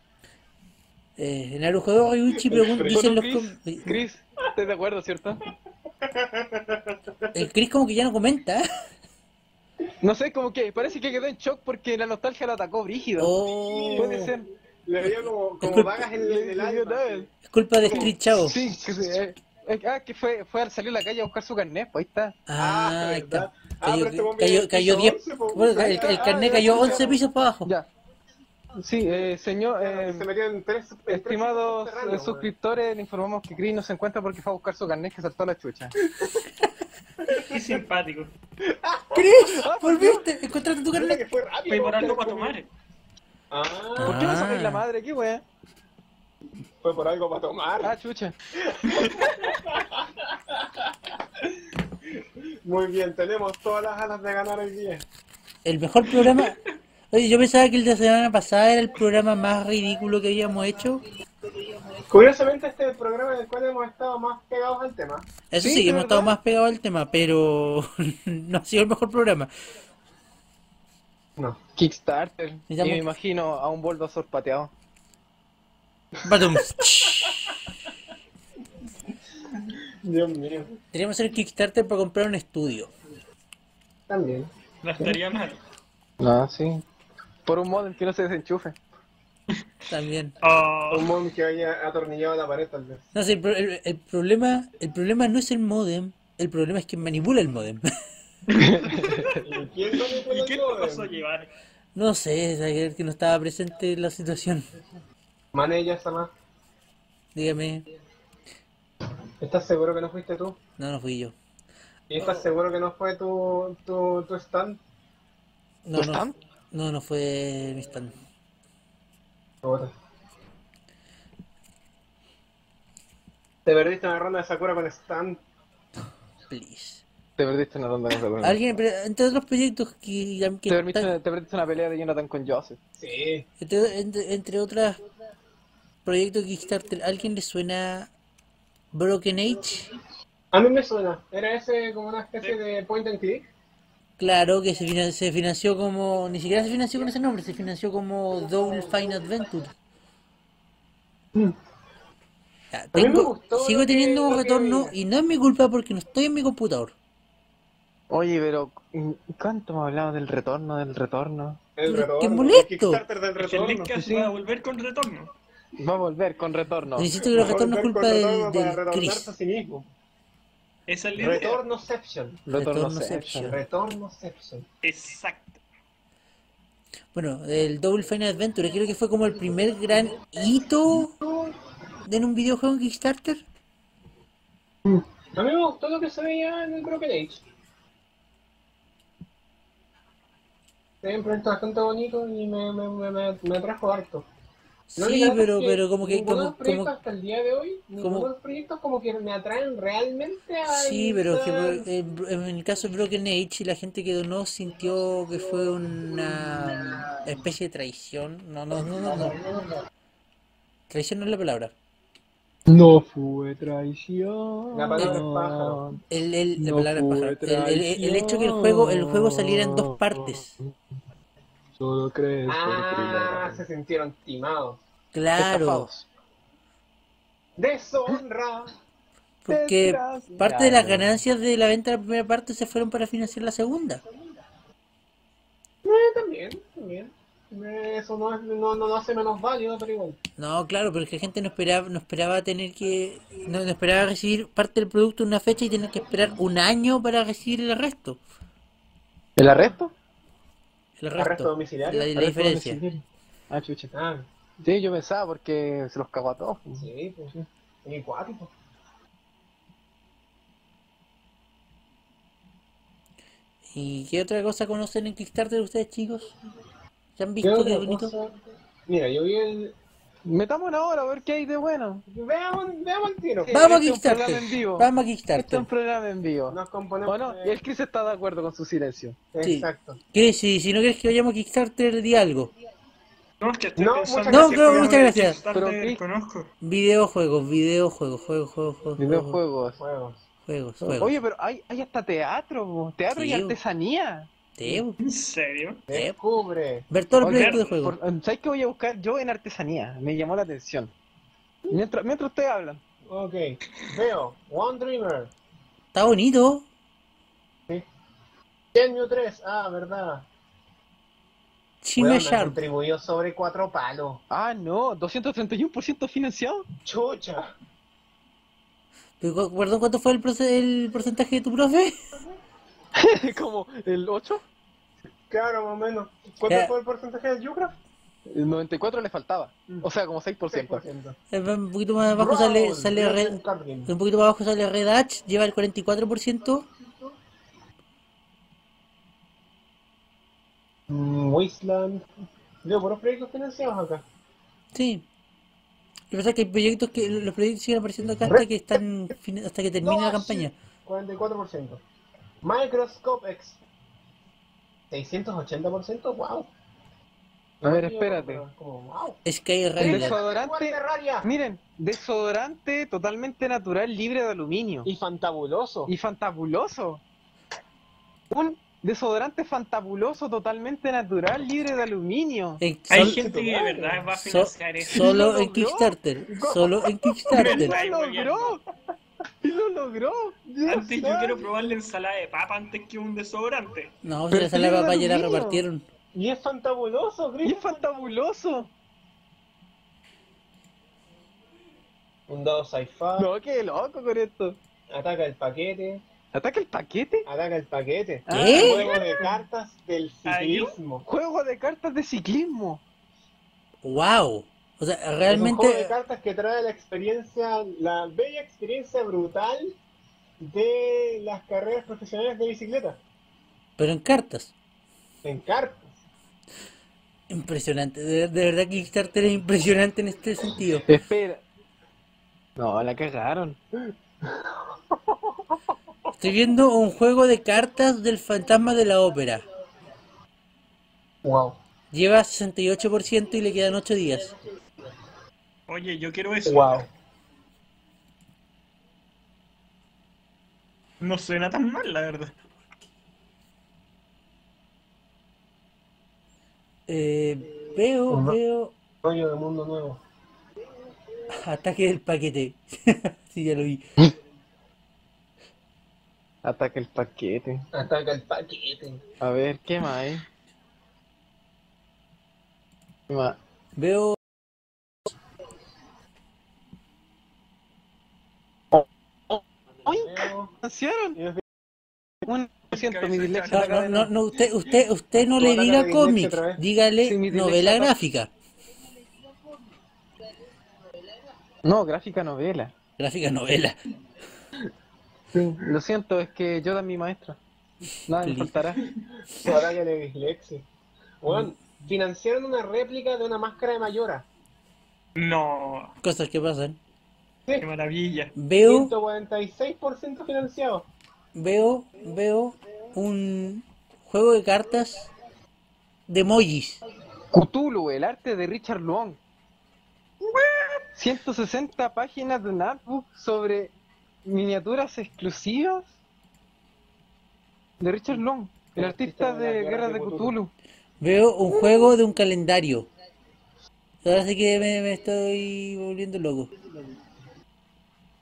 Eh, en Arujo Ryuchi pregun- dice en
Bueno,
los
Chris,
com-
Chris, ¿estás de acuerdo, cierto?
El Chris como que ya no comenta. ¿eh?
No sé, como que parece que quedó en shock porque la nostalgia lo atacó brígido.
Oh,
Puede ser.
Le veía como, como
Disculpe.
vagas en el, en el alma,
eh,
así.
es culpa de Street Chavo.
Sí, que se- eh, eh, ah, que fue, fue al salir a la calle a buscar su carnet, pues ahí está.
Ah,
Ah,
ahí está.
¿verdad? Ah, pero este
Cayó,
bombe
cayó,
piso
cayó 10.
11, po.
bueno, el, el
Ah,
carnet
ya,
cayó
ya.
11 pisos para abajo.
Ya. Sí, eh, señor, eh,
Ah, Se metió en tres. en tres
estimados
subterráneos,
eh,
weón.
suscriptores, le informamos que Chris no se encuentra porque fue a buscar su carnet que saltó a la chucha.
Qué simpático.
¡Chris!
Ah,
¡Volviste! ¡Encontraste tu
Puta
carnet!
pues, que fue rápido.
Fui por algo para
porque-
tomar.
Ah,
¿Por qué no sacáis
Ah.
la madre? ¿Qué wea?
fue por algo para tomar.
Ah, chucha.
Muy bien, tenemos todas las ganas de ganar el día.
El mejor programa. Oye, yo pensaba que el de la semana pasada era el programa más ridículo que habíamos hecho.
Curiosamente, este es el programa en el cual hemos estado más pegados al tema.
Eso
Sí,
sí,
de
hemos estado
verdad.
más pegados al tema, pero no ha sido el mejor programa.
No.
Kickstarter. Y
llamo-
me imagino a un Bulbasaur pateado.
Batum.
Dios mío.
Teníamos que hacer Kickstarter para comprar un estudio.
También.
No estaría mal.
Ah, sí. Por un modem que no se desenchufe.
También.
Oh,
Un mon que haya atornillado a la pared, tal vez.
No sé, el, pro- el- el problema, el problema no es el modem, el problema es quien manipula el modem.
¿Y quién lo manipuló
¿Y qué te
todo,
pasó a
weón?
llevar?
No sé, es aquel que no estaba presente en la situación.
Manella, Sama.
Dígame,
¿Estás seguro que no fuiste tú?
no, no fui yo.
¿Y estás seguro que no fue tu, tu, tu stand?
No,
¿Tu
no,
stand?
no, no fue mi stand.
Puta. Te perdiste una ronda de Sakura con stand.
please.
Te perdiste una ronda contra Konami.
Alguien, pero entre otros proyectos que, que
Te, perdiste una, te perdiste una pelea de Jonathan con Joseph.
Sí.
entre, entre, entre otras proyectos de Kickstarter, ¿alguien le suena Broken Age?
A mí me suena. Era ese como una especie de point and click.
Claro que se, finan- se financió como, ni siquiera se financió con ese nombre, se financió como Double Fine Adventure. Ya,
Mm. me
tengo-
gustó
sigo
lo que-
teniendo un
lo que
retorno
vi.
y no es mi culpa porque no estoy en mi computador.
Oye, pero ¿cuánto hemos hablado del retorno, del retorno?
Pero
El
es que
retorno.
molesto.
El Kickstarter del
Es que el
retorno.
Linkcast
sí.
va a volver con retorno.
Va a volver con retorno.
Insisto que los retornos es
Volver con
culpa del,
retorno para
del
retornarse
Chris.
a sí mismo.
Esa es la idea.
Retornoception.
Retornoception.
Retornoception.
Exacto.
Bueno, el Double Fine Adventure creo que fue como el primer gran hito en un videojuego en Kickstarter.
A mí me gustó lo que se veía en el Broken Age. Se ve un proyecto bastante bonito y me, me, me, me, me atrajo harto. La
Sí,
única cosa
pero,
es que
pero como que,
ninguno de
como,
los proyectos
como,
hasta el día de hoy, ninguno
como-
de los proyectos como que me atraen realmente a
sí, pero que bro- en, en el caso de Broken Age la gente que donó sintió que fue una especie de traición. No, no, no, no, no. Traición no es la palabra.
No fue
pues,
traición.
La palabra es pájaro.
El, el, la
No
palabra es
fue
pájaro. El, el- el- el hecho que el juego, el juego saliera en dos partes.
Solo crees
Ah, se sintieron timados.
Claro,
Deshonra.
porque parte de las ganancias de la venta de la primera parte se fueron para financiar la segunda.
Eh, también, también. Eh, Eso no, es, no, no lo hace menos válido, pero igual.
No, claro, pero es que la gente no esperaba, no esperaba tener que, no, no esperaba recibir parte del producto en una fecha y tener que esperar un año para recibir el resto.
¿El arresto?
El
Arresto
resto,
domiciliario.
la, la
Arresto
diferencia.
domiciliario. Ah, chucha.
Ah,
Sí, yo pensaba porque se los cagó a todos.
sí, pues. Y cuático.
¿Y qué otra cosa conocen en Kickstarter ustedes, chicos? ¿Ya han
¿Qué
visto qué
otra
bonito?
cosa? Mira, yo vi el.
Metamos una hora a ver qué hay de bueno.
Veamos, veamos el tiro.
Sí.
Vamos a
este es un programa
Kickstarter,
en vivo.
vamos a
Este es
Kickstarter.
un programa en vivo.
Nos componemos.
¿O no? Y el Chris está de acuerdo con su silencio.
sí.
Exacto.
¿Qué? Si, si no quieres que vayamos a Kickstarter, di algo.
No, es que estoy
No,
gracias. No,
pensando en qué
muchas
no,
programa
muchas
de
gracias.
Kickstarter
Pero, Chris-
conozco.
Videojuegos, videojuegos, juegos, juegos, juegos, juegos,
Videojuegos.
Juegos.
juegos, juegos.
Oye, pero hay, hay hasta teatro, po. teatro
Sí,
y
po.
artesanía.
Teo,
¿En serio?
teo.
Descubre.
Ver todos los
Oye,
proyectos de
por-
juegos.
¿Sabes qué voy a buscar yo en artesanía? Me llamó la atención. Mientras, mientras ustedes hablan.
Ok. Veo. One Dreamer.
Está bonito.
Genio 3. Ah, verdad.
Chime
Weón, me
Sharp.
contribuyó sobre cuatro palos.
Ah, no, 231% financiado.
Chucha.
Pero, cu- Perdón, ¿cuánto fue el, proce- el porcentaje de tu profe?
Como el 8,
Claro, más o menos. ¿Cuánto
Ya.
fue el porcentaje del Yucra?
el 94 le faltaba. O sea, como 6%.
6%.
Eh, Un poquito más abajo sale,
Brawl,
sale
Dragon
Red,
Guardian.
un poquito más abajo sale Red Hatch, lleva el 44%.
Mm, Wasteland. Veo puros proyectos financiados acá.
Sí. Lo que pasa es que hay proyectos que los proyectos siguen apareciendo acá hasta que están fin- hasta que termine la campaña.
44%. Microscope X. 680%. Wow.
A ver, espérate.
Como, wow.
Skyrider.
Desodorante. Miren, desodorante totalmente natural, libre de aluminio.
Y fantabuloso.
Y fantabuloso. Un desodorante fantabuloso, totalmente natural, libre de aluminio.
En-
Hay
sol-
gente que de verdad va a
so-
financiar eso.
solo
¿Lo
en
logró?
Kickstarter. Solo en
¡Y
Kickstarter.
Ay,
lo
muy bien.
logró! ¡Y lo logró!
Antes yo quiero probar la ensalada de papa antes que un desodorante.
No, si
Pero
la sala de
tiene
papá ya la
aluminio.
repartieron.
Y es fantabuloso,
¡Y
Chris.
es fantabuloso!
Un dado sci-fi.
No, qué loco con esto.
Ataca el paquete.
¿Ataca el paquete?
Ataca el paquete.
¿Qué?
Juego de cartas del ciclismo.
Juego de cartas de ciclismo.
Wow. O sea,
Es un juego de
realmente
cartas que trae la experiencia, la bella experiencia brutal de las carreras profesionales de bicicleta.
pero en cartas.
En cartas.
Impresionante, de, de verdad que Kickstarter es impresionante en este sentido.
Espera. No, la cagaron.
Estoy viendo un juego de cartas del fantasma de la ópera.
Wow.
Lleva 68% y le quedan 8 días.
Oye, yo quiero eso.
Wow.
No suena tan mal, la verdad.
Eh, veo,
Ujú.
veo.
Rollo de mundo nuevo.
Ataque del paquete. sí, ya lo vi.
Ataque el paquete.
Ataca el paquete.
A ver, ¿qué más hay? ¿Qué más?
Veo.
¡Ay!
Nuevo.
¿Anunciaron? Un lo siento, mi dislexia
No,
me acaba
no,
de-
no, no, usted, usted, usted no le
Hola,
diga
Gaby,
cómic,
otra vez.
dígale
Sí, mi dislexia
novela
está-
gráfica.
No, gráfica novela.
Gráfica novela.
Sí, lo siento, es que yo da mi maestra. Nada me
Please.
faltará.
Ataque de dislexia. Bueno, financiaron una réplica de una máscara de Mayora.
No,
Cosas que pasan.
qué maravilla.
Veo,
146% financiado.
veo, veo un juego de cartas de emojis.
Cthulhu, el arte de Richard Long. 160 páginas de un artbook sobre miniaturas exclusivas de Richard Long, el artista de Guerra de Cthulhu.
Veo un juego de un calendario. Ahora sí que me, me estoy volviendo loco.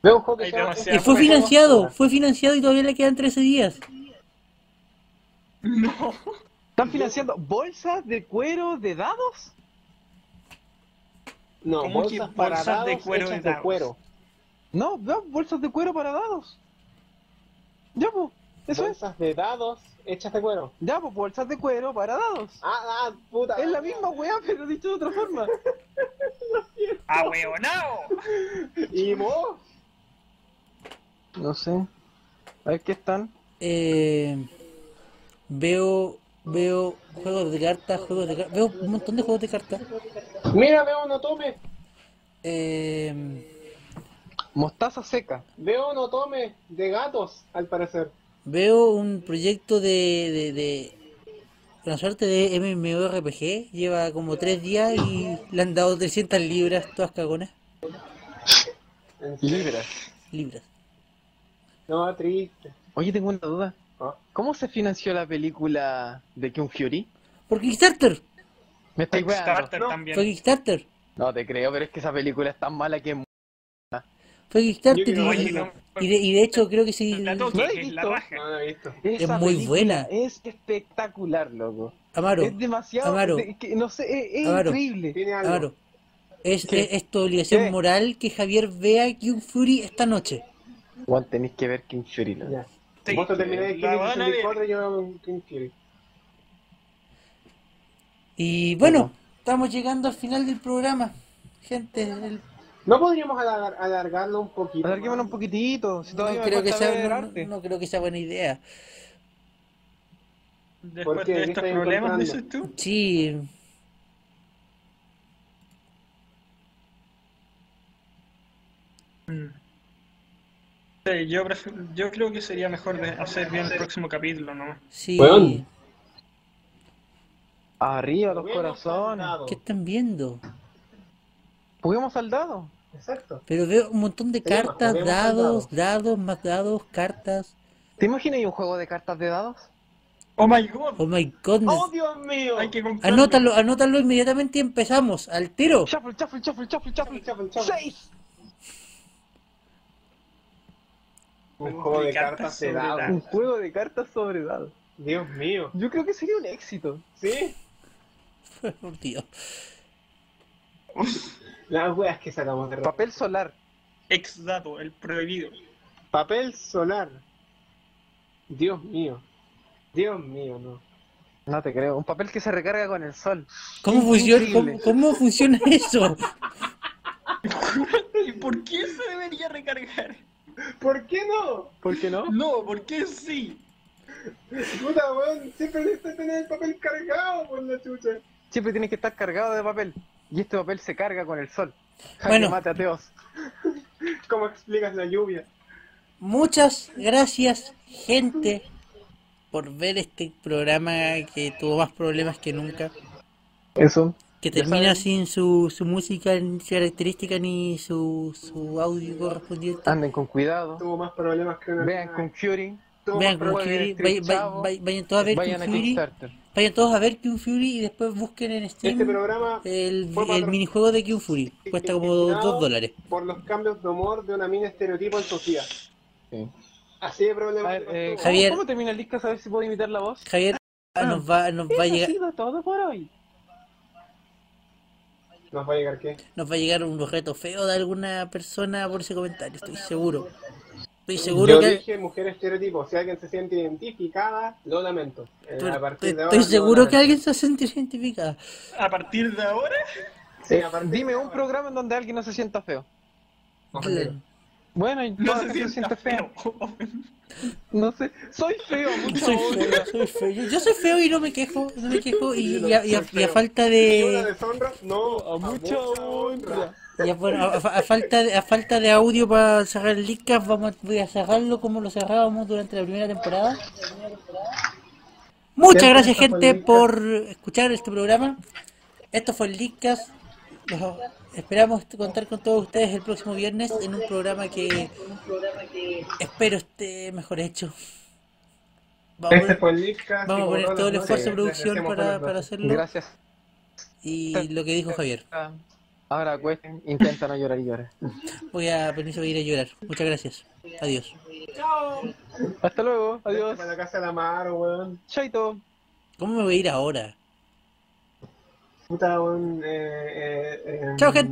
Veo un juego que
Hay
se llama-
demasiado.
Y fue financiado, fue financiado y todavía le quedan 13 días.
No,
¿Están financiando bolsas de cuero de dados?
No,
¿Cómo
bolsas
que
para
bolsas de
dados
cuero de
hechas
dados?
de cuero.
No, no, bolsas de cuero para dados. Ya, pues, eso es.
Bolsas de dados hechas de cuero.
Ya, pues, bolsas de cuero para dados.
Ah, ah, puta.
Es la misma weá, pero dicho de otra forma.
Ah, ahueonao.
¿Y vos?
No sé. A ver qué están.
Eh, veo, veo juegos de cartas, juegos de cartas, veo un montón de juegos de cartas.
Mira, veo no tome.
Eh,
Mostaza seca.
Veo no tome de gatos, al parecer.
veo un proyecto de, de, de una suerte de MMORPG, lleva como 3 días y le han dado 300 libras, todas cagonas,
En serio.
Libras.
libras.
No, triste.
Oye, tengo una duda.
Ah.
¿Cómo se financió la película de Kung Fury?
Por Kickstarter,
Me estoy weando.
Kickstarter
no.
también.
fue Kickstarter,
No te creo, pero es que esa película es tan mala que. mu-
fue Kickstarter
Yo creo-
y,
Oye, no.
y de, y de hecho creo que sí,
La toque,
No he
que es la
visto.
raja.
No lo he visto.
Esa
muy
película
buena.
Es espectacular, loco.
Amaro,
Es demasiado.
Amaro.
de- que- no sé, es, es
Amaro.
increíble.
Tiene algo.
Amaro, es,
¿Qué?
es, es tu obligación
¿Qué?
moral que Javier vea Kung Fury esta noche.
Juan, tenéis que ver Kung Fury, loco.
Ya.
Sí,
Vos te terminé de
la van a ver.
64 y yo veo un King Fury.
Y bueno, estamos llegando al final del programa. Gente, el-
¿No podríamos alar- alargarlo un poquito?
Alarguémonos un poquitito. Si
no,
todavía me
creo que
falta
sea,
ver
no- no-
arte.
no creo que sea buena idea.
Después
qué?
de
¿Qué
estos
estáis
problemas,
encontrando?
dices tú.
Sí,
Sí, yo, pref- yo creo que sería mejor de hacer bien el próximo capítulo, ¿no?
sí.
Weón.
Arriba los
Juguemos
corazones.
al dado.
¿Qué están viendo?
Juguemos al dado.
Exacto.
Pero veo un montón de
Sí,
cartas,
juguemos al
dados, dados, más dados, cartas.
¿Te imaginas un juego de cartas de dados?
Oh my god,
Oh my goodness.
¡Oh, Dios mío!
hay que comprarlo.
Anótalo, anótalo inmediatamente y empezamos. Al tiro.
Shuffle, shuffle, shuffle, shuffle, shuffle,
Shuffle,
shuffle.
shuffle.
¡Seis!
Un juego de cartas de
sobre
dados.
Un juego de cartas sobre dados.
Dios mío.
Yo creo que sería un éxito.
¿Sí?
Por Dios.
Las weas que sacamos de ropa.
Papel solar.
Ex dato, el prohibido.
Papel solar. Dios mío. Dios mío, no.
No te creo. Un papel que se recarga con el sol.
¿Cómo funciona,
Increíble.
cómo, cómo funciona eso?
¿Y por qué se debería recargar?
¿Por qué no?
¿Por qué no?
No, ¿por qué sí?
Puta weón, siempre necesitas tener el papel cargado por la chucha.
Siempre tienes que estar cargado de papel. Y este papel se carga con el sol. Jaque
Bueno.
mate ateos.
¿Cómo explicas la lluvia?
Muchas gracias, gente, por ver este programa que tuvo más problemas que nunca.
Eso.
Que
Ya
termina
saben.
sin su, su música, ni su característica, ni su, su audio correspondiente.
Anden con cuidado.
Tuvo más problemas que una.
Vean con Fury.
tuvo más
Vean Kung
Jueguen
Fury, vay-
Street
vay-
Chavo.
vay- vayan todos a ver
Vayan a
Kung Fury,
Kickstarter.
vayan todos a ver Kung Fury y después busquen en Steam
Este programa
el,
fue
el
patro-
minijuego de Kung Fury. Cuesta como
patrocinado
2 dólares.
Por los cambios de humor de una mina estereotipo en Sofía.
Sí.
Así de
A ver,
problemático
eh,
estuvo.
Javier.
¿cómo, cómo termina el disco? A ver si puedo imitar la voz.
Javier, ah, nos va, nos va a
Eso ha
llegar,
sido todo por hoy.
Nos va a llegar qué.
nos va a llegar unos retos feos de alguna persona por ese comentario, estoy seguro. Estoy seguro
Yo
que
dije mujer estereotipo. Si alguien se siente identificada, lo lamento. Eh,
estoy-
a partir de ahora,
estoy
lo
seguro que
lamento.
alguien se siente identificado.
A partir de ahora,
Sí, a partir
Eh, Dime
de
un
ahora.
programa en donde alguien no se sienta feo.
Claro.
Bueno, y
no
toda la
se
gente
sienta feo.
No sé, soy feo, mucho
Soy
odio.
feo, soy feo. Yo, yo soy feo y no me quejo, no me quejo y,
Yo
y a,
soy
y a- y a
feo.
falta
¿Y una
de
deshonra? No,
A mucha honra.
y a, bueno, a- a- a falta de, a falta de audio para cerrar el Leadcast, vamos a- voy a cerrarlo como lo cerrábamos durante la primera temporada. Muchas
Ya,
gracias
esto fue
gente
el Leadcast.
por escuchar este programa. Esto fue el Leadcast. Los- Esperamos contar con todos ustedes el próximo viernes en un programa que espero esté mejor hecho. Vamos a
Este
poner-
fue el Lipcast,
Vamos a
como
poner
todas
todo el
las
esfuerzo de
noches,
producción
agradecemos
para,
por
para
las
hacerlo.
Gracias.
Y lo que dijo Javier.
Ahora cuesten, intenta no llorar y llorar.
Voy a permiso voy a ir a llorar. Muchas gracias. Adiós.
Hasta luego,
noches.
adiós.
Para la casa de la mar, weón.
Chaito.
¿Cómo me voy a ir ahora?
Puta, weón. eh, eh, eh,
Chao, gente.